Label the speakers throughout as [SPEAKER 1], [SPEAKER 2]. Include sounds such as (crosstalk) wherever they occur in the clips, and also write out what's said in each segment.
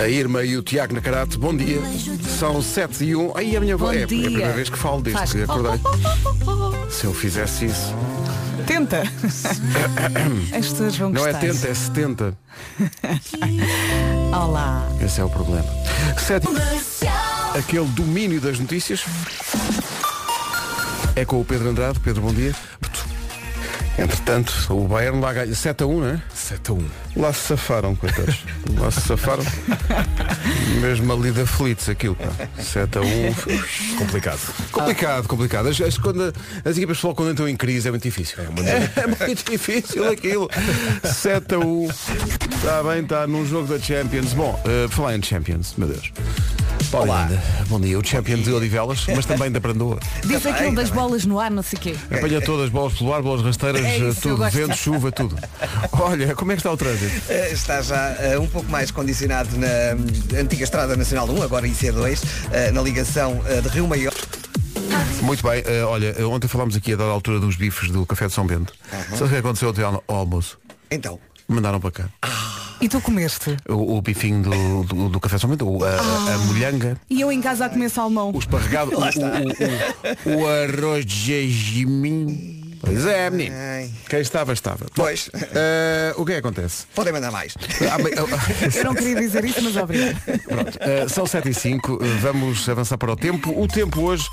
[SPEAKER 1] A Irma e o Tiago Nacarate, bom dia. São 7 e 1. Aí a minha voz. É, é a
[SPEAKER 2] dia.
[SPEAKER 1] primeira vez que falo desde
[SPEAKER 2] Faz. Oh,
[SPEAKER 1] que acordei. Se eu fizesse isso. (coughs)
[SPEAKER 2] Tenta. As pessoas vão
[SPEAKER 1] Não é
[SPEAKER 2] gostar.
[SPEAKER 1] 80, é 70.
[SPEAKER 2] Olá.
[SPEAKER 1] Esse é o problema. 7 Aquele domínio das notícias. É com o Pedro Andrade. Pedro, bom dia. Entretanto, o Bayern lá ganha 7 a 1, não é?
[SPEAKER 3] 7 a 1.
[SPEAKER 1] Lá se safaram, coitados. Lá se safaram. Mesmo ali da Flitz, aquilo, pá. 7 a 1.
[SPEAKER 3] Complicado.
[SPEAKER 1] Complicado, complicado. As, as- quando- as equipas de futebol quando entram em crise é muito difícil. É, muito difícil aquilo. 7 a 1. Está bem, está num jogo da Champions. Bom, eh, por falar em Champions, meu Deus. Olá. Bom dia. O Champions de Odivelas, mas também da
[SPEAKER 4] (laughs)
[SPEAKER 1] Brandoa.
[SPEAKER 2] Diz aquilo das bolas no ar, não sei o quê.
[SPEAKER 1] Apanha todas, bolas pelo ar, bolas rasteiras,
[SPEAKER 4] É isso,
[SPEAKER 1] eh,
[SPEAKER 4] eu
[SPEAKER 1] tudo,
[SPEAKER 4] gosto.
[SPEAKER 1] vento, chuva,
[SPEAKER 4] (laughs)
[SPEAKER 1] tudo. Olha, como é que está o trânsito?
[SPEAKER 4] Eh, Está já eh, um pouco mais condicionado na hum, antiga Estrada Nacional 1, agora IC2, eh, na ligação eh, de Rio Maior.
[SPEAKER 1] Muito bem, eh, olha, eh, ontem falámos aqui a dada altura dos bifes do Café de São Bento. Sabe o que aconteceu ontem ao ao almoço?
[SPEAKER 4] Então,
[SPEAKER 1] Mandaram para cá.
[SPEAKER 2] E tu comeste?
[SPEAKER 1] O, o bifinho do, do, do Café de São Bento, o- a,
[SPEAKER 4] Ah.
[SPEAKER 1] a- a molhanga,
[SPEAKER 2] E eu em casa a comer salmão.
[SPEAKER 1] o esparregado, o, o- o- o arroz de jejimim. Pois é, menino.
[SPEAKER 4] Ai.
[SPEAKER 1] Quem estava, estava. Bom,
[SPEAKER 4] Pois. (laughs)
[SPEAKER 1] eh, o que é que acontece?
[SPEAKER 4] podem mandar mais.
[SPEAKER 1] Ah, bem, ah,
[SPEAKER 2] Eu não queria dizer isso, mas obrigado.
[SPEAKER 1] Pronto, eh, são 7 e 5 vamos avançar para o tempo. O tempo hoje,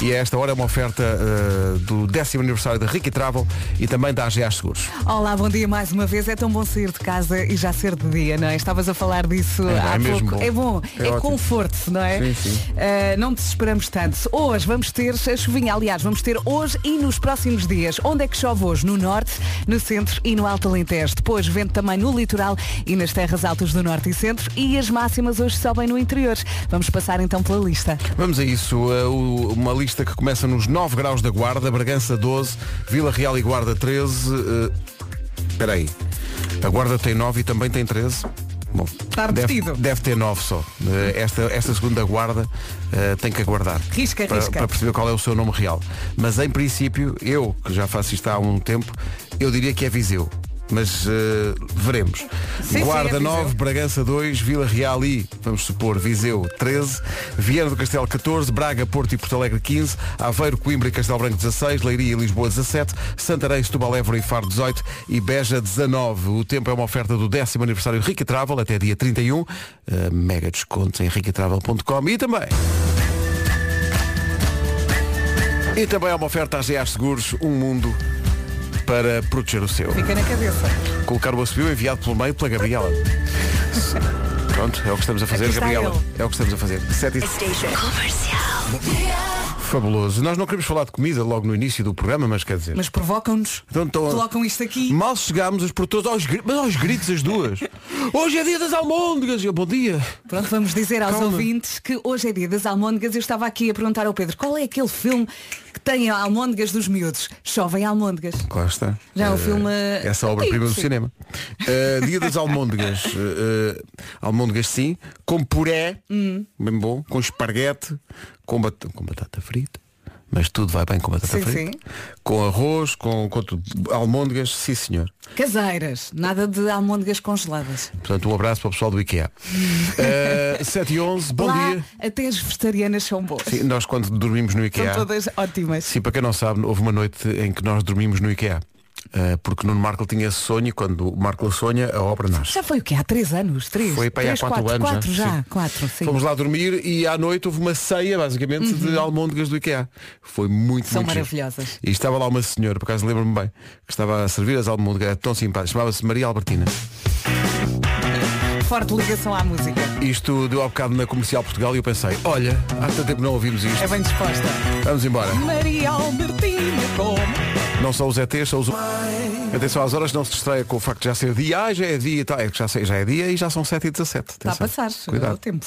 [SPEAKER 1] e a esta hora, é uma oferta eh, do décimo aniversário da Ricky Travel e também da AGA Seguros.
[SPEAKER 2] Olá, bom dia mais uma vez. É tão bom sair de casa e já ser de dia, não é? Estavas a falar disso
[SPEAKER 1] É,
[SPEAKER 2] há
[SPEAKER 1] é
[SPEAKER 2] pouco.
[SPEAKER 1] mesmo bom.
[SPEAKER 2] É bom,
[SPEAKER 1] É
[SPEAKER 2] é,
[SPEAKER 1] ótimo.
[SPEAKER 2] conforto, não é?
[SPEAKER 1] Sim, sim.
[SPEAKER 2] Ah, não desesperamos tanto. Hoje vamos ter a chuvinha, aliás, vamos ter hoje e nos próximos dias. Onde é que chove hoje? No norte, no centro e no Alto Alentejo. Depois vento também no litoral e nas terras altas do norte e centro. E as máximas hoje sobem no interior. Vamos passar então pela lista.
[SPEAKER 1] Vamos a isso, uh, o- uma lista que começa nos 9 graus da Guarda, Bragança 12, Vila Real e Guarda 13. uh, Espera aí, a Guarda tem 9 e também tem 13? Bom,
[SPEAKER 2] Está
[SPEAKER 1] deve,
[SPEAKER 2] repetido.
[SPEAKER 1] deve ter 9 só. Uh, Esta, esta segunda guarda uh, tem que aguardar.
[SPEAKER 2] Risca,
[SPEAKER 1] para,
[SPEAKER 2] risca.
[SPEAKER 1] Para perceber qual é o seu nome real. Mas em princípio, eu, que já faço isto há um tempo, eu diria que é Viseu. Mas uh, veremos.
[SPEAKER 2] Sim, sim, é
[SPEAKER 1] guarda
[SPEAKER 2] Viseu.
[SPEAKER 1] 9, Bragança 2, Vila Real e, vamos supor, Viseu 13, Viana do Castelo 14, Braga, Porto e Porto Alegre 15, Aveiro, Coimbra e Castelo Branco 16, Leiria e Lisboa 17, Santarém, Setúbal, Évora e Faro 18 e Beja 19. O tempo é uma oferta do décimo aniversário Rica Travel até dia 31. Eh, mega descontos em ricatravel.com e também... E também é uma oferta à GA Seguros, um mundo para proteger o seu.
[SPEAKER 2] Fica na cabeça.
[SPEAKER 1] Colocar o assobio enviado pelo meio pela Gabriela. Pronto, é o que estamos a fazer,
[SPEAKER 2] Aqui está
[SPEAKER 1] Gabriela.
[SPEAKER 2] ele.
[SPEAKER 1] É o que estamos a fazer. Sete e- Fabuloso. Nós não queremos falar de comida logo no início do programa, mas quer dizer.
[SPEAKER 2] Mas provocam-nos.
[SPEAKER 1] Então, então-
[SPEAKER 2] Colocam isto aqui.
[SPEAKER 1] Mal chegámos, os produtores aos, gri- mas aos gritos as
[SPEAKER 2] (laughs)
[SPEAKER 1] duas. Hoje é dia das almôndegas. E eu, Bom dia.
[SPEAKER 2] Pronto, vamos dizer aos
[SPEAKER 1] Calma.
[SPEAKER 2] ouvintes que hoje é dia das almôndegas. Eu estava aqui a perguntar ao Pedro qual é aquele filme que tem almôndegas dos miúdos. Chovem almôndegas.
[SPEAKER 1] Claro está.
[SPEAKER 2] Já é um
[SPEAKER 1] Eh,
[SPEAKER 2] filme-
[SPEAKER 1] Essa obra-prima do
[SPEAKER 2] Sim.
[SPEAKER 1] cinema. Eh, dia das
[SPEAKER 2] (laughs)
[SPEAKER 1] almôndegas. Eh, eh, almôndegas sim, com puré,
[SPEAKER 2] Hum.
[SPEAKER 1] bem bom, com esparguete, com, bat- com batata frita. Mas tudo vai bem com batata
[SPEAKER 2] Sim,
[SPEAKER 1] frita.
[SPEAKER 2] sim.
[SPEAKER 1] Com arroz, com, com tudo. Almôndegas, sim senhor.
[SPEAKER 2] Caseiras. Nada de almôndegas congeladas.
[SPEAKER 1] Portanto, um abraço para o pessoal do
[SPEAKER 2] (laughs)
[SPEAKER 1] IKEA. Eh, 7 e 11, bom
[SPEAKER 2] Lá,
[SPEAKER 1] dia.
[SPEAKER 2] até as vegetarianas são boas.
[SPEAKER 1] Sim, nós quando dormimos no IKEA.
[SPEAKER 2] São todas ótimas.
[SPEAKER 1] Sim, para quem não sabe, houve uma noite em que nós dormimos no IKEA. Eh, porque Nuno Marco tinha esse sonho, e quando o Marco sonha, a obra nasce.
[SPEAKER 2] Já foi o quê? Há três anos? Três?
[SPEAKER 1] Foi para aí há
[SPEAKER 2] Três,
[SPEAKER 1] quatro
[SPEAKER 2] quatro
[SPEAKER 1] anos, né?
[SPEAKER 2] Quatro
[SPEAKER 1] já.
[SPEAKER 2] já.
[SPEAKER 1] Sim.
[SPEAKER 2] Quatro, sim. Uhum.
[SPEAKER 1] Fomos lá dormir e à noite houve uma ceia, basicamente, de almôndegas do IKEA. Foi muito,
[SPEAKER 2] São
[SPEAKER 1] muito giro.
[SPEAKER 2] maravilhosas.
[SPEAKER 1] E estava lá uma senhora, por acaso lembro-me bem, que estava a servir as almôndegas, tão simpática, chamava-se Maria Albertina.
[SPEAKER 2] Forte ligação à música.
[SPEAKER 1] Isto deu há bocado na Comercial Portugal e eu pensei, olha, há tanto tempo não ouvimos isto.
[SPEAKER 2] É bem disposta.
[SPEAKER 1] Vamos embora.
[SPEAKER 2] Maria Albertina como.
[SPEAKER 1] Não são os ETs, são os... Atenção às horas, não se distraia com o facto de já ser dia, ah, já é dia e tal. É que já, sei- já é dia e já são 7h17.
[SPEAKER 2] Está a passar. eh,
[SPEAKER 1] Cuidado.
[SPEAKER 2] O tempo.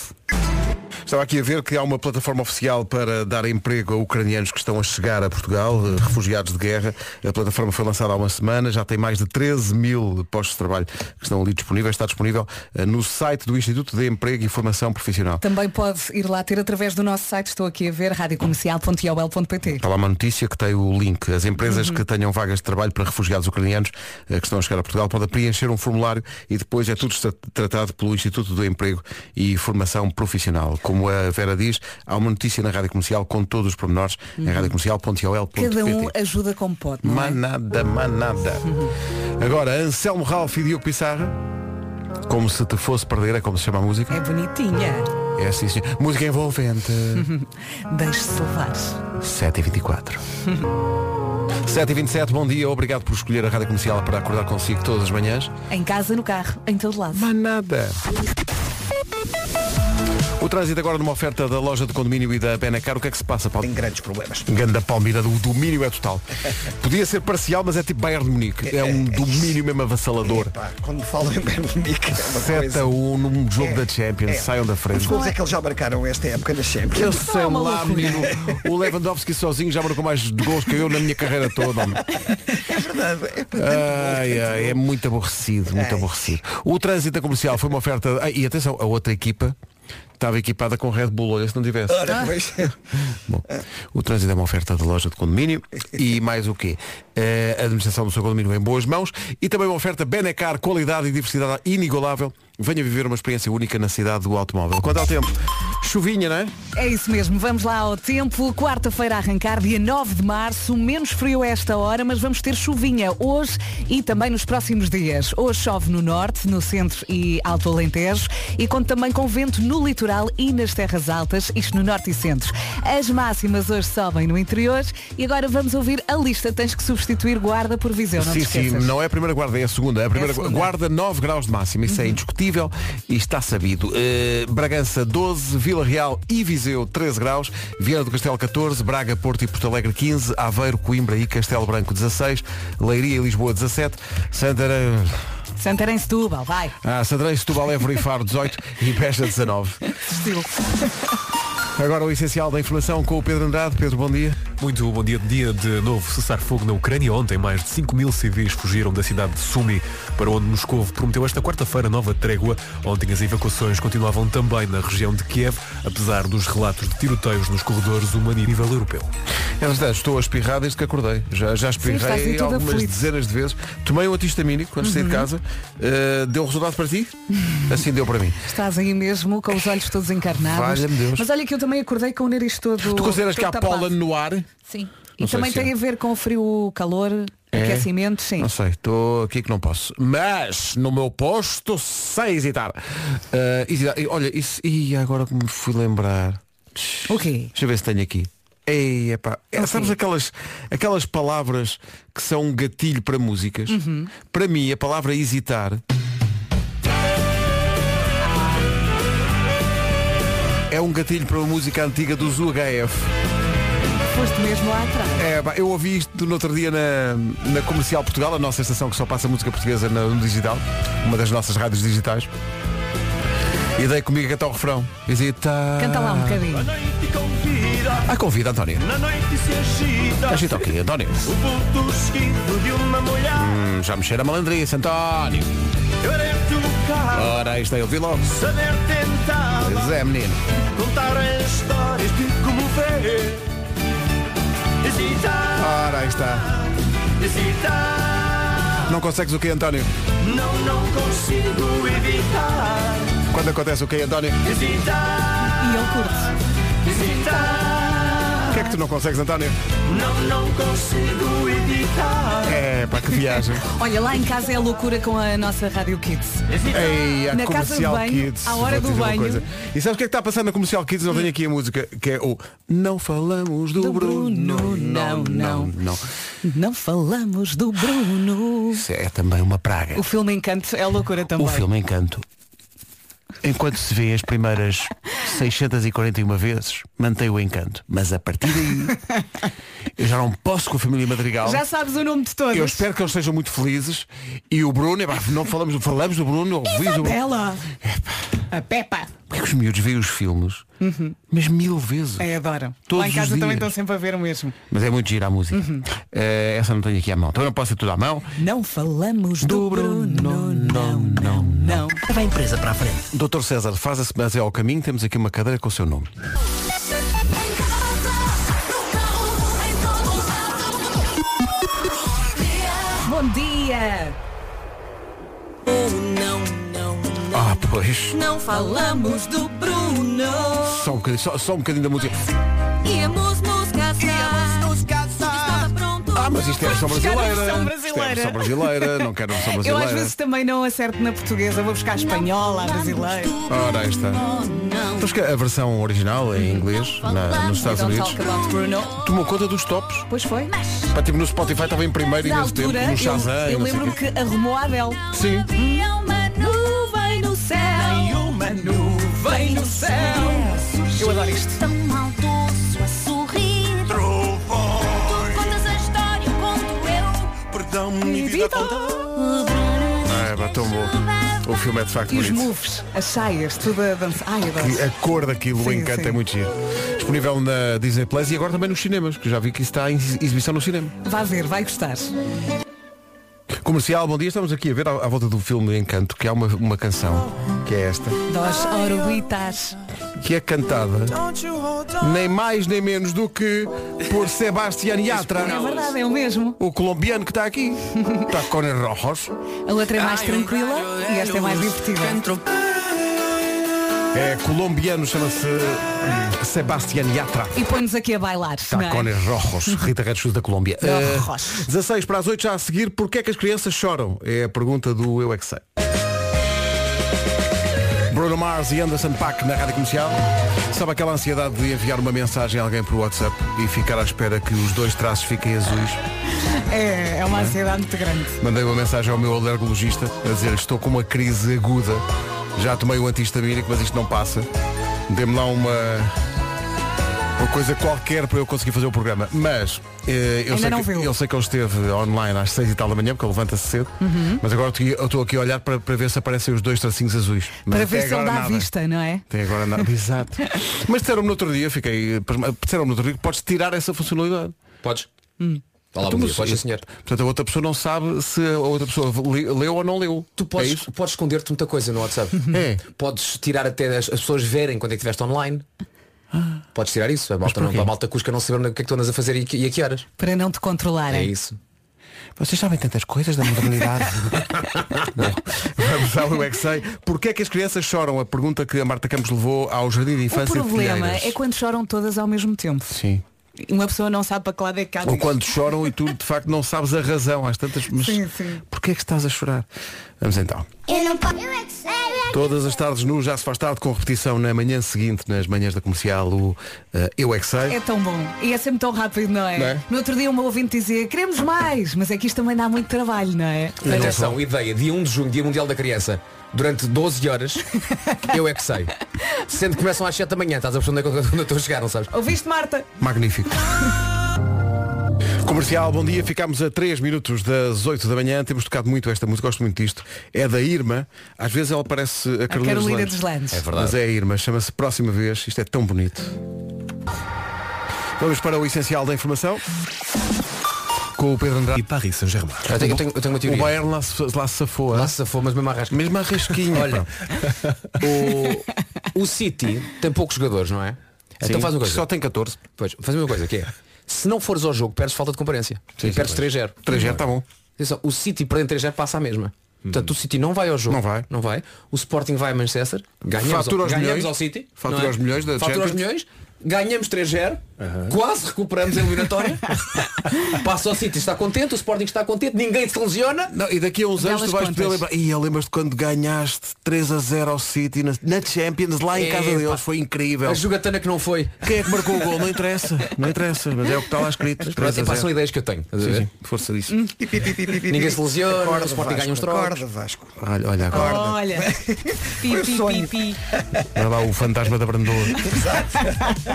[SPEAKER 1] Estava aqui a ver que há uma plataforma oficial para dar emprego a ucranianos que estão a chegar a Portugal, eh, refugiados de guerra. A plataforma foi lançada há uma semana, já tem mais de 13 mil postos de trabalho que estão ali disponíveis. Está disponível eh, no site do Instituto de Emprego e Formação Profissional.
[SPEAKER 2] Também pode ir lá ter através do nosso site, estou aqui a ver, radiocomercial.iol.pt.
[SPEAKER 1] Está lá uma notícia que tem o link. As empresas
[SPEAKER 2] Uhum.
[SPEAKER 1] que tenham vagas de trabalho para refugiados ucranianos eh, que estão a chegar a Portugal podem preencher um formulário e depois é tudo tra- tratado pelo Instituto do Emprego e Formação Profissional. Como a Vera diz, há uma notícia na Rádio Comercial com todos os pormenores em radiocomercial.ol.pt.
[SPEAKER 2] Uhum. Cada um ajuda como pode, não é?
[SPEAKER 1] Manada, manada. Agora, Anselmo Ralph e Diogo Pissarra. Como se te fosse perder, é como se chama a música.
[SPEAKER 2] É bonitinha.
[SPEAKER 1] É assim, sim. Música envolvente.
[SPEAKER 2] Deixe-se levar.
[SPEAKER 1] (laughs) 7h24. 7h27, bom dia, obrigado por escolher a Rádio Comercial para acordar consigo todas as manhãs.
[SPEAKER 2] Em casa, no carro, em todo lado.
[SPEAKER 1] Mas nada. O trânsito agora numa oferta da loja de condomínio e da Benacar, o que é que se passa, Paulo?
[SPEAKER 4] Tem grandes problemas.
[SPEAKER 1] Ganda Palmeira, o domínio é
[SPEAKER 4] (laughs)
[SPEAKER 1] total. Podia ser parcial, mas é tipo Bayern de Munique. É um domínio mesmo avassalador.
[SPEAKER 4] Epá, quando falam em Benfica é uma
[SPEAKER 1] Seta
[SPEAKER 4] coisa.
[SPEAKER 1] um num jogo da Champions,
[SPEAKER 4] É.
[SPEAKER 1] saiam da
[SPEAKER 4] Os
[SPEAKER 1] frente.
[SPEAKER 4] gols é que eles já marcaram esta época na Champions.
[SPEAKER 1] Eu sei
[SPEAKER 2] uma
[SPEAKER 1] lá,
[SPEAKER 2] loucura.
[SPEAKER 1] menino. O Lewandowski sozinho já marcou mais gols que eu na minha carreira toda. homem.
[SPEAKER 4] É verdade. É
[SPEAKER 1] Ai, ai, é muito aborrecido, muito
[SPEAKER 4] Ai.
[SPEAKER 1] aborrecido. O trânsito da comercial foi uma oferta. Ah, e atenção, a outra equipa estava equipada com Red Bull, olha se não tivesse.
[SPEAKER 4] Ora, pois.
[SPEAKER 1] Bom, o trânsito é uma oferta da loja de condomínio e mais o quê? Eh, a administração do seu condomínio em boas mãos e também uma oferta Benecar, qualidade e diversidade inigualável. Venha viver uma experiência única na cidade do automóvel. Quanto ao tempo, chuvinha, não é?
[SPEAKER 2] É isso mesmo, vamos lá ao tempo. Quarta-feira a arrancar, dia 9 de março, menos frio a esta hora, mas vamos ter chuvinha hoje e também nos próximos dias. Hoje chove no norte, no centro e alto Alentejo e conta também com vento no litoral e nas terras altas, isto no norte e centro. As máximas hoje sobem no interior e agora vamos ouvir a lista. Tens que substituir guarda por visão, Então não
[SPEAKER 1] sim,
[SPEAKER 2] te
[SPEAKER 1] sim,
[SPEAKER 2] esqueças.
[SPEAKER 1] não é a primeira guarda, é a segunda. A primeira
[SPEAKER 2] É a segunda. Uhum.
[SPEAKER 1] guarda 9 graus de máxima, isso é indiscutível e está sabido. Eh, Bragança 12, Vila Real e Viseu 13 graus, Viana do Castelo 14, Braga, Porto e Porto Alegre 15, Aveiro, Coimbra e Castelo Branco 16, Leiria e Lisboa 17, Santarém,
[SPEAKER 2] Santarém, Setúbal, vai.
[SPEAKER 1] ah, Santarém Setúbal, Évora e Faro 18 e Beja 19.
[SPEAKER 2] Estilo.
[SPEAKER 1] Agora o essencial da informação com o Pedro Andrade. Pedro, bom dia.
[SPEAKER 3] Muito bom dia, dia de novo cessar-fogo na Ucrânia. Ontem, mais de 5 mil civis fugiram da cidade de Sumi, para onde Moscou prometeu esta quarta-feira nova trégua. Ontem as evacuações continuavam também na região de Kiev, apesar dos relatos de tiroteios nos corredores humanitários a nível europeu.
[SPEAKER 1] É verdade, estou a espirrar desde que acordei. Já, já
[SPEAKER 2] estás aí
[SPEAKER 1] espirrei
[SPEAKER 2] todo
[SPEAKER 1] algumas
[SPEAKER 2] aflito. Uhum.
[SPEAKER 1] dezenas de vezes. Tomei um antihistamínico quando saí de casa. Uh, deu resultado para
[SPEAKER 2] (laughs)
[SPEAKER 1] ti? Assim deu para mim.
[SPEAKER 2] Estás aí mesmo com os olhos todos encarnados.
[SPEAKER 1] Valha-me Deus.
[SPEAKER 2] Mas olha que eu também acordei com o nariz todo.
[SPEAKER 1] tu consideras que há
[SPEAKER 2] todo tapado.
[SPEAKER 1] pólen no ar?
[SPEAKER 2] Sim.
[SPEAKER 1] Não sei
[SPEAKER 2] e também
[SPEAKER 1] se
[SPEAKER 2] tem
[SPEAKER 1] é.
[SPEAKER 2] a ver com o frio, calor,
[SPEAKER 1] É?
[SPEAKER 2] aquecimento, sim.
[SPEAKER 1] Não sei, estou aqui que não posso. Mas no meu posto, sem hesitar. Uh, hesitar. E, Olha, isso. E agora que me fui lembrar.
[SPEAKER 2] O quê?
[SPEAKER 1] Deixa eu ver se tenho aqui. Ei, epá. É,
[SPEAKER 2] Ok.
[SPEAKER 1] Sabes aquelas, aquelas palavras que são um gatilho para músicas?
[SPEAKER 2] Uhum.
[SPEAKER 1] Para mim, a palavra hesitar é um gatilho para uma música antiga dos UHF.
[SPEAKER 2] Foste mesmo lá atrás.
[SPEAKER 1] É, pá, eu ouvi isto no outro dia na, na Comercial Portugal, a nossa estação que só passa música portuguesa na- no digital, uma das nossas rádios digitais. E dei comigo a cantar o refrão. Hesitar.
[SPEAKER 2] Canta lá um bocadinho.
[SPEAKER 5] noite convida,
[SPEAKER 1] Ah, convida, António.
[SPEAKER 5] na noite se agita.
[SPEAKER 1] Agita o quê, António?
[SPEAKER 5] O vulto esquivo de uma mulher.
[SPEAKER 1] Hum, já mexer a malandrice, António.
[SPEAKER 5] Eu era tocar,
[SPEAKER 1] Ora, isto é o vilão.
[SPEAKER 5] saber tentava
[SPEAKER 1] Zé, menino.
[SPEAKER 5] contar as histórias de como ver. Hesitar,
[SPEAKER 1] Ora, aí está.
[SPEAKER 5] hesitar.
[SPEAKER 1] Não consegues o quê, António?
[SPEAKER 5] Não, não consigo evitar.
[SPEAKER 1] Quando acontece o quê, António?
[SPEAKER 5] Hesitar,
[SPEAKER 2] E eu curto.
[SPEAKER 1] O
[SPEAKER 5] hesitar.
[SPEAKER 1] que é que tu não consegues, António?
[SPEAKER 5] Não, não consigo evitar.
[SPEAKER 1] É, pá, que viagem.
[SPEAKER 2] Olha, lá em casa é a loucura com a nossa Rádio Kids.
[SPEAKER 5] Hesitar.
[SPEAKER 1] Ei, a
[SPEAKER 2] Na casa
[SPEAKER 1] comercial
[SPEAKER 2] do banho,
[SPEAKER 1] Kids.
[SPEAKER 2] à hora
[SPEAKER 1] vou-te dizer
[SPEAKER 2] do
[SPEAKER 1] uma
[SPEAKER 2] banho. Hum.
[SPEAKER 1] coisa. E sabes o que é que está a passar na comercial Kids? Não tenho aqui a música, que é o Não Falamos do,
[SPEAKER 2] Do
[SPEAKER 1] Bruno.
[SPEAKER 2] Bruno, não, não. Não falamos do Bruno.
[SPEAKER 1] Isso é também uma praga.
[SPEAKER 2] O filme Encanto é a loucura também.
[SPEAKER 1] O filme Encanto. Enquanto se vê as
[SPEAKER 2] (laughs)
[SPEAKER 1] primeiras 641 vezes, mantém o encanto. Mas a partir daí,
[SPEAKER 2] (laughs)
[SPEAKER 1] eu já não posso com a família Madrigal.
[SPEAKER 2] Já sabes o nome de todos.
[SPEAKER 1] é Eu espero que eles sejam
[SPEAKER 2] Tá
[SPEAKER 1] muito felizes. E o Bruno, epá, não falamos, falamos do Bruno, ouvimos o Bruno.
[SPEAKER 2] Isabela. A Peppa.
[SPEAKER 1] Porque os miúdos veem os filmes, mas mil vezes.
[SPEAKER 2] Uhum. É, adoram.
[SPEAKER 1] Todos
[SPEAKER 2] Lá em
[SPEAKER 1] os
[SPEAKER 2] casa também
[SPEAKER 1] dias.
[SPEAKER 2] estão sempre a ver o mesmo.
[SPEAKER 1] Mas é muito gira a música.
[SPEAKER 2] Uhum.
[SPEAKER 1] Eh, essa não tenho aqui à mão. Também não posso ter tudo à mão.
[SPEAKER 2] Não falamos
[SPEAKER 1] Do
[SPEAKER 2] do
[SPEAKER 1] Bruno,
[SPEAKER 2] Bruno,
[SPEAKER 1] não,
[SPEAKER 2] não, não, não.
[SPEAKER 6] Vai a empresa para a frente.
[SPEAKER 1] Doutor César, faz a semana ao caminho. Temos aqui uma cadeira com o seu nome.
[SPEAKER 2] Bom dia!
[SPEAKER 1] Ah, pois.
[SPEAKER 7] Não falamos do Bruno
[SPEAKER 1] Só um bocadinho, só, só um bocadinho da música.
[SPEAKER 7] Íamos nos casar Íamos nos casar Estava pronto
[SPEAKER 1] Ah, mas isto é versão
[SPEAKER 2] buscar a
[SPEAKER 1] brasileira.
[SPEAKER 2] versão
[SPEAKER 1] Isto é a versão
[SPEAKER 2] brasileira.
[SPEAKER 1] brasileira. Não quero a versão
[SPEAKER 2] Eu
[SPEAKER 1] brasileira.
[SPEAKER 2] às vezes também não acerto na portuguesa, vou buscar a espanhola, a brasileira.
[SPEAKER 1] Ora, aí está. Mas que a versão original em inglês, na- nos Estados
[SPEAKER 2] Don't
[SPEAKER 1] Unidos,
[SPEAKER 2] talk about Bruno.
[SPEAKER 1] tomou conta dos tops.
[SPEAKER 2] Pois foi.
[SPEAKER 1] Pá, tipo, no Spotify estava em primeiro
[SPEAKER 2] Na
[SPEAKER 1] imenso tempo,
[SPEAKER 2] altura,
[SPEAKER 1] no Shazam.
[SPEAKER 2] eu, eu
[SPEAKER 1] não sei o
[SPEAKER 2] lembro-me
[SPEAKER 1] quê.
[SPEAKER 2] que arrumou a Adele.
[SPEAKER 1] Sim.
[SPEAKER 7] Havia uma nuvem no céu
[SPEAKER 2] Vem no céu! Eu adoro isto.
[SPEAKER 7] Tão maldoso a sorrir Trovões Tu contas a história, eu conto eu O Bruno
[SPEAKER 1] Ah, é, pá, tão bom. O filme é de facto
[SPEAKER 2] E os
[SPEAKER 1] bonito.
[SPEAKER 2] moves, as saias, tudo a dançar. Ai, adoro.
[SPEAKER 1] E A cor daquilo, o
[SPEAKER 2] Sim,
[SPEAKER 1] encanto
[SPEAKER 2] sim.
[SPEAKER 1] é muito giro. Disponível na Disney Plus e agora também nos cinemas, que já vi que isso está em exibição no cinema.
[SPEAKER 2] Vá ver, vai gostar.
[SPEAKER 1] Comercial, bom dia, estamos aqui a ver à, à volta do filme Encanto, que há uma, uma canção, que é esta,
[SPEAKER 2] Dos orbitas.
[SPEAKER 1] que é cantada nem mais nem menos do que por Sebastián Yatra.
[SPEAKER 2] É verdade, é o mesmo.
[SPEAKER 1] O colombiano que está aqui. Está com os rojos.
[SPEAKER 2] A outra é mais tranquila e esta é mais divertida.
[SPEAKER 1] É colombiano, chama-se hum, Sebastián Yatra.
[SPEAKER 2] E põe-nos aqui a bailar.
[SPEAKER 1] Tá,
[SPEAKER 2] não é?
[SPEAKER 1] Tacones rojos, Rita Red Shoes da Colômbia. Eh,
[SPEAKER 2] Rojos.
[SPEAKER 1] 16 para as 8 já a seguir, porquê é que as crianças choram? É a pergunta do Eu É Que Sei. Bruno Mars e Anderson Paak na Rádio Comercial. Sabe aquela ansiedade de enviar uma mensagem a alguém para o WhatsApp e ficar à espera que os dois traços fiquem azuis?
[SPEAKER 2] É, é uma ansiedade muito grande.
[SPEAKER 1] Mandei uma mensagem ao meu alergologista a dizer estou com uma crise aguda. Já tomei o antihistamínico, mas isto não passa. Dê-me lá uma, uma coisa qualquer para eu conseguir fazer o programa. Mas eh, eu,
[SPEAKER 2] Ainda
[SPEAKER 1] sei
[SPEAKER 2] não
[SPEAKER 1] que,
[SPEAKER 2] viu.
[SPEAKER 1] eu sei que ele esteve online às seis e tal da manhã, porque ele levanta-se cedo.
[SPEAKER 2] Uhum.
[SPEAKER 1] Mas agora eu estou aqui a olhar para, para ver se aparecem os dois tracinhos azuis. Mas
[SPEAKER 2] Para
[SPEAKER 1] até
[SPEAKER 2] ver se ele
[SPEAKER 1] agora
[SPEAKER 2] dá à
[SPEAKER 1] nada.
[SPEAKER 2] vista, não é?
[SPEAKER 1] Até agora nada.
[SPEAKER 2] (laughs)
[SPEAKER 1] Exato. Mas disseram-me no outro dia, fiquei. Disseram-me no outro dia que podes tirar essa funcionalidade.
[SPEAKER 8] Podes? Olá, bom
[SPEAKER 1] Então,
[SPEAKER 8] dia.
[SPEAKER 1] mas
[SPEAKER 8] Podes,
[SPEAKER 1] isso-
[SPEAKER 8] sim, senhor.
[SPEAKER 1] Portanto, a outra pessoa não sabe se a outra pessoa le- leu ou não leu.
[SPEAKER 8] Tu
[SPEAKER 1] É
[SPEAKER 8] podes,
[SPEAKER 1] isso?
[SPEAKER 8] podes esconder-te muita coisa no WhatsApp.
[SPEAKER 1] (laughs)
[SPEAKER 8] (laughs)
[SPEAKER 1] É.
[SPEAKER 8] Podes tirar até as, as pessoas verem quando é que estiveste
[SPEAKER 1] (gasps)
[SPEAKER 8] online. Podes tirar isso. A malta,
[SPEAKER 1] porquê?
[SPEAKER 8] não, a malta cusca não saber o que é que tu andas a fazer e, que- e a que horas.
[SPEAKER 2] Para não te
[SPEAKER 8] É
[SPEAKER 2] controlarem.
[SPEAKER 8] isso.
[SPEAKER 1] Vocês sabem tantas coisas da modernidade. Bom, Vamos ao Eu é que sei. Porquê é que as crianças choram? A pergunta que a Marta Campos levou ao Jardim de
[SPEAKER 2] o
[SPEAKER 1] Infância
[SPEAKER 2] problema
[SPEAKER 1] de Telheiras.
[SPEAKER 2] é quando choram todas ao mesmo tempo.
[SPEAKER 1] Sim.
[SPEAKER 2] Uma pessoa não sabe para que lado é que há
[SPEAKER 1] Ou
[SPEAKER 2] de-
[SPEAKER 1] quando choram e tu de facto não sabes a razão. Às tantas. Mas
[SPEAKER 2] Sim, sim.
[SPEAKER 1] porquê é que estás a chorar? Vamos então.
[SPEAKER 7] Eu não posso Eu é que sei
[SPEAKER 1] Todas as tardes no Já se faz tarde com repetição na manhã seguinte, nas manhãs da comercial, o eh, Eu é que sei.
[SPEAKER 2] É tão bom. E é sempre tão rápido, não é?
[SPEAKER 1] Não é?
[SPEAKER 2] No outro dia uma ouvinte dizia, queremos mais, mas é que isto também dá muito trabalho, não é?
[SPEAKER 8] Atenção, ideia, dia 1 de junho, dia mundial da criança, durante 12 horas, eu é que sei. Sendo que começam às 7 da manhã, estás a perceber onde é que eu- onde eu estou a chegar, não sabes?
[SPEAKER 2] Ouviste, Marta?
[SPEAKER 1] Magnífico. Comercial, bom dia. Ficámos a 3 minutos das 8 da manhã. Temos tocado muito esta música, gosto muito disto. É da Irma. Às vezes ela parece a Carolina,
[SPEAKER 2] Carolina
[SPEAKER 1] dos
[SPEAKER 2] dos Landes. É
[SPEAKER 8] verdade.
[SPEAKER 1] Mas é a Irma. Chama-se Próxima Vez. Isto é tão bonito. Vamos para o essencial da informação. Com o Pedro
[SPEAKER 3] E
[SPEAKER 1] Andrade.
[SPEAKER 3] Paris Saint-Germain.
[SPEAKER 8] Eu tenho, eu tenho- eu tenho
[SPEAKER 1] O
[SPEAKER 8] uma
[SPEAKER 1] é
[SPEAKER 8] teoria.
[SPEAKER 1] Bayern lá, se- lá se safou.
[SPEAKER 8] Lá
[SPEAKER 1] Lá
[SPEAKER 8] se safou, mas mesmo à rasca.
[SPEAKER 1] Mesmo a rasquinha.
[SPEAKER 8] Olha, o, o City tem poucos jogadores, não é? Então faz uma coisa.
[SPEAKER 1] Só tem 14.
[SPEAKER 8] Pois, faz uma coisa, que é, se não fores ao jogo, perdes falta de comparência.
[SPEAKER 1] Sim,
[SPEAKER 8] e
[SPEAKER 1] sim,
[SPEAKER 8] perdes
[SPEAKER 1] pois.
[SPEAKER 8] 3-0.
[SPEAKER 1] 3-0 está tá bom.
[SPEAKER 8] Atenção, o City perdendo 3-0 passa a mesma. Portanto, o City não vai ao jogo.
[SPEAKER 1] Hum. Não vai.
[SPEAKER 8] Não vai. O Sporting vai a Manchester. Ganhamos,
[SPEAKER 1] Fatura
[SPEAKER 8] ao,
[SPEAKER 1] aos
[SPEAKER 8] ganhamos
[SPEAKER 1] milhões.
[SPEAKER 8] ao City.
[SPEAKER 1] Fatura
[SPEAKER 8] não é?
[SPEAKER 1] aos milhões da
[SPEAKER 8] Fatura aos
[SPEAKER 1] Champions.
[SPEAKER 8] milhões. Ganhamos 3-0. Quase recuperamos a
[SPEAKER 1] (laughs)
[SPEAKER 8] eliminatória. passa ao City, está contente. O Sporting está contente. Ninguém se lesiona.
[SPEAKER 1] Não, e daqui a uns anos
[SPEAKER 2] Belas
[SPEAKER 1] tu vais poder
[SPEAKER 2] contas.
[SPEAKER 1] lembrar. E lembras-te quando ganhaste 3 a 0 ao City na, na Champions, lá em casa
[SPEAKER 8] Epá.
[SPEAKER 1] deles, foi incrível.
[SPEAKER 8] A jogatana que não foi.
[SPEAKER 1] Quem é que marcou o gol? Não interessa, não interessa, mas é o que está lá escrito. 3 a
[SPEAKER 8] Pronto,
[SPEAKER 1] 0.
[SPEAKER 8] epá, são ideias que eu tenho. estás a
[SPEAKER 1] Sim,
[SPEAKER 8] ver?
[SPEAKER 1] sim, força disso.
[SPEAKER 8] Ninguém se lesiona. o Sporting ganha uns trocos.
[SPEAKER 4] Acorda, Vasco. um
[SPEAKER 1] Olha, olha agora,
[SPEAKER 2] Olha.
[SPEAKER 1] (laughs)
[SPEAKER 2] Pi, pi, pi, pi.
[SPEAKER 1] olha lá o fantasma da Brandoa.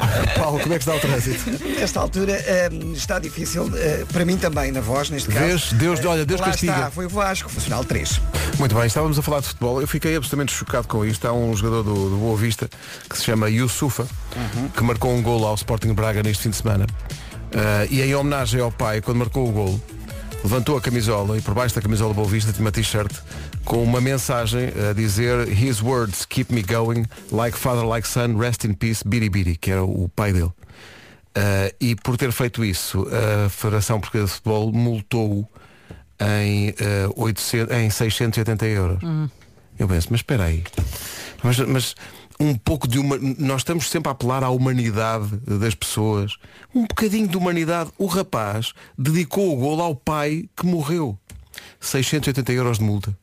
[SPEAKER 1] (laughs) Paulo, como é que está o trânsito? trânsito.
[SPEAKER 4] Nesta altura hum, está difícil, eh, para mim também, na voz, neste caso.
[SPEAKER 1] Vês? Deus, olha, Deus
[SPEAKER 4] Lá
[SPEAKER 1] castiga.
[SPEAKER 4] Está, foi o Vasco, foi o final 3.
[SPEAKER 1] Muito bem, estávamos a falar de futebol. Eu fiquei absolutamente chocado com isto. Há um jogador do, do Boa Vista que se chama Yusufa, que marcou um golo ao Sporting Braga neste fim de semana. Ah, e em homenagem ao pai, quando marcou o golo, levantou a camisola e por baixo da camisola do Boa Vista tinha uma t-shirt com uma mensagem a dizer His words keep me going, like father, like son, rest in peace, Biri Biri, que era o pai dele. Ah, e por ter feito isso, a Federação Portuguesa de Futebol multou-o em, eh, 800 em 680 euros. Eu penso, mas espera aí. Mas, mas um pouco de uma. Nós estamos sempre a apelar à humanidade das pessoas. Um bocadinho de humanidade. O rapaz dedicou o golo ao pai que morreu. 680 euros de multa.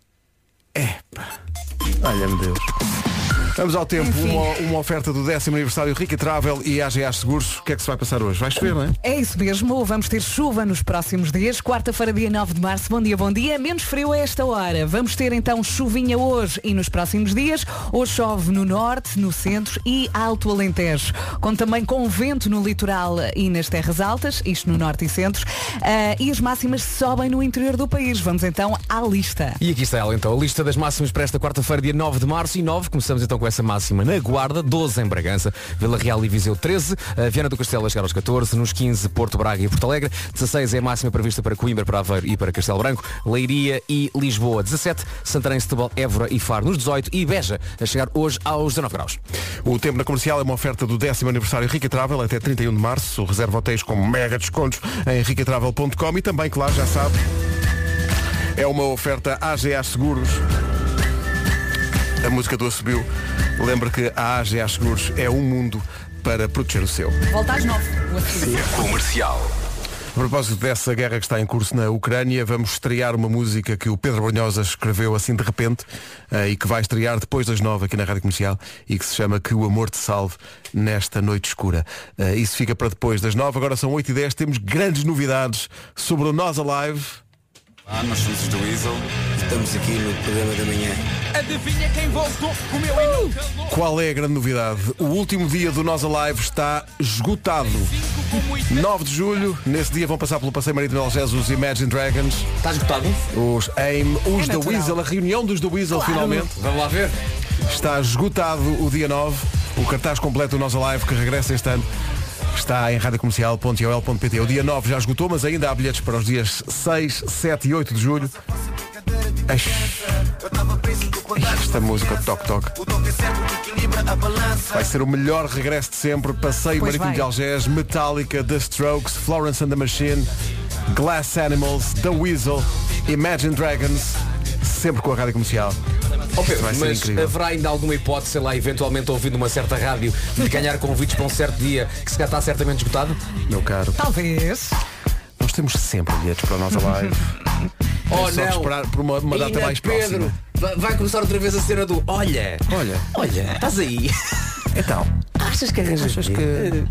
[SPEAKER 1] Epá. Olha-me Deus. Vamos ao tempo, uma, uma oferta do décimo aniversário Rica Travel e AGA Seguros. O que é que se vai passar hoje? Vai chover, não é?
[SPEAKER 2] É isso mesmo, vamos ter chuva nos próximos dias. Quarta-feira, dia 9 de março. Bom dia, bom dia. Menos frio a esta hora. Vamos ter então chuvinha hoje e nos próximos dias. Hoje chove no norte, no centro e alto Alentejo. Conto também com vento no litoral e nas terras altas, isto no norte e centro. Ah, e as máximas sobem no interior do país. Vamos então à lista.
[SPEAKER 8] E aqui está ela então, a lista das máximas para esta quarta-feira, dia 9 de março e 9. Começamos então com essa máxima na Guarda, 12 em Bragança, Vila Real e Viseu 13, a Viana do Castelo a chegar aos 14, nos 15 Porto Braga e Porto Alegre, 16 é a máxima prevista para Coimbra, para Aveiro e para Castelo Branco, Leiria e Lisboa 17, Santarém, Setúbal, Évora e Faro nos 18 e Beja a chegar hoje aos 19 graus.
[SPEAKER 1] O tempo na comercial é uma oferta do décimo aniversário Rica Travel até 31 de março. Reserva hotéis com mega descontos em ricatravel.com e também, claro, já sabe, é uma oferta AGA Seguros. A música do Subiu. Lembra que a AGA Seguros é um mundo para proteger o seu.
[SPEAKER 2] Volta às 9. o assunto.
[SPEAKER 1] A propósito dessa guerra que está em curso na Ucrânia, vamos estrear uma música que o Pedro Brunhosa escreveu assim de repente eh, e que vai estrear depois das nove aqui na Rádio Comercial e que se chama Que o Amor Te Salve nesta noite escura. Eh, isso fica para depois das nove, agora são oito e dez, temos grandes novidades sobre o Nós Alive.
[SPEAKER 6] Ah, nós somos os do Weasel. Estamos aqui no programa da manhã.
[SPEAKER 1] Qual é a grande novidade? O último dia do Nós Alive está esgotado. 9 de julho, nesse dia vão passar pelo Passeio Marítimo de Algés os Imagine Dragons,
[SPEAKER 8] Está esgotado?
[SPEAKER 1] os AIM, os
[SPEAKER 2] É
[SPEAKER 1] da
[SPEAKER 2] natural.
[SPEAKER 1] Weasel, a reunião dos da Weasel finalmente.
[SPEAKER 8] Vamos lá ver.
[SPEAKER 1] Está esgotado o dia 9. O cartaz completo do Nós Alive, que regressa este ano, está em radiocomercial.ol.pt. O dia 9 já esgotou, mas ainda há bilhetes para os dias 6, 7 e 8 de julho. Ai, ai, esta música de Toc Toc. Vai ser o melhor regresso de sempre. Passeio
[SPEAKER 2] Pois
[SPEAKER 1] Marítimo
[SPEAKER 2] vai.
[SPEAKER 1] de Algés, Metallica, The Strokes, Florence and the Machine, Glass Animals, The Weasel, Imagine Dragons, sempre com a rádio comercial.
[SPEAKER 8] Ó Oh, Pedro,
[SPEAKER 1] Vai ser
[SPEAKER 8] mas
[SPEAKER 1] incrível.
[SPEAKER 8] haverá ainda alguma hipótese, sei lá, eventualmente ouvindo uma certa rádio, de ganhar convites para um certo dia que se calhar está certamente esgotado?
[SPEAKER 1] Meu caro.
[SPEAKER 2] Talvez.
[SPEAKER 1] Nós temos sempre bilhetes para a nossa live.
[SPEAKER 8] Oh,
[SPEAKER 1] É só esperar por uma- uma data
[SPEAKER 8] Ainda,
[SPEAKER 1] mais
[SPEAKER 8] Pedro,
[SPEAKER 1] próxima.
[SPEAKER 8] va- vai começar outra vez a cena do Olha,
[SPEAKER 1] Olha,
[SPEAKER 8] olha, estás aí.
[SPEAKER 1] (laughs) então.
[SPEAKER 8] Achas que Achas que...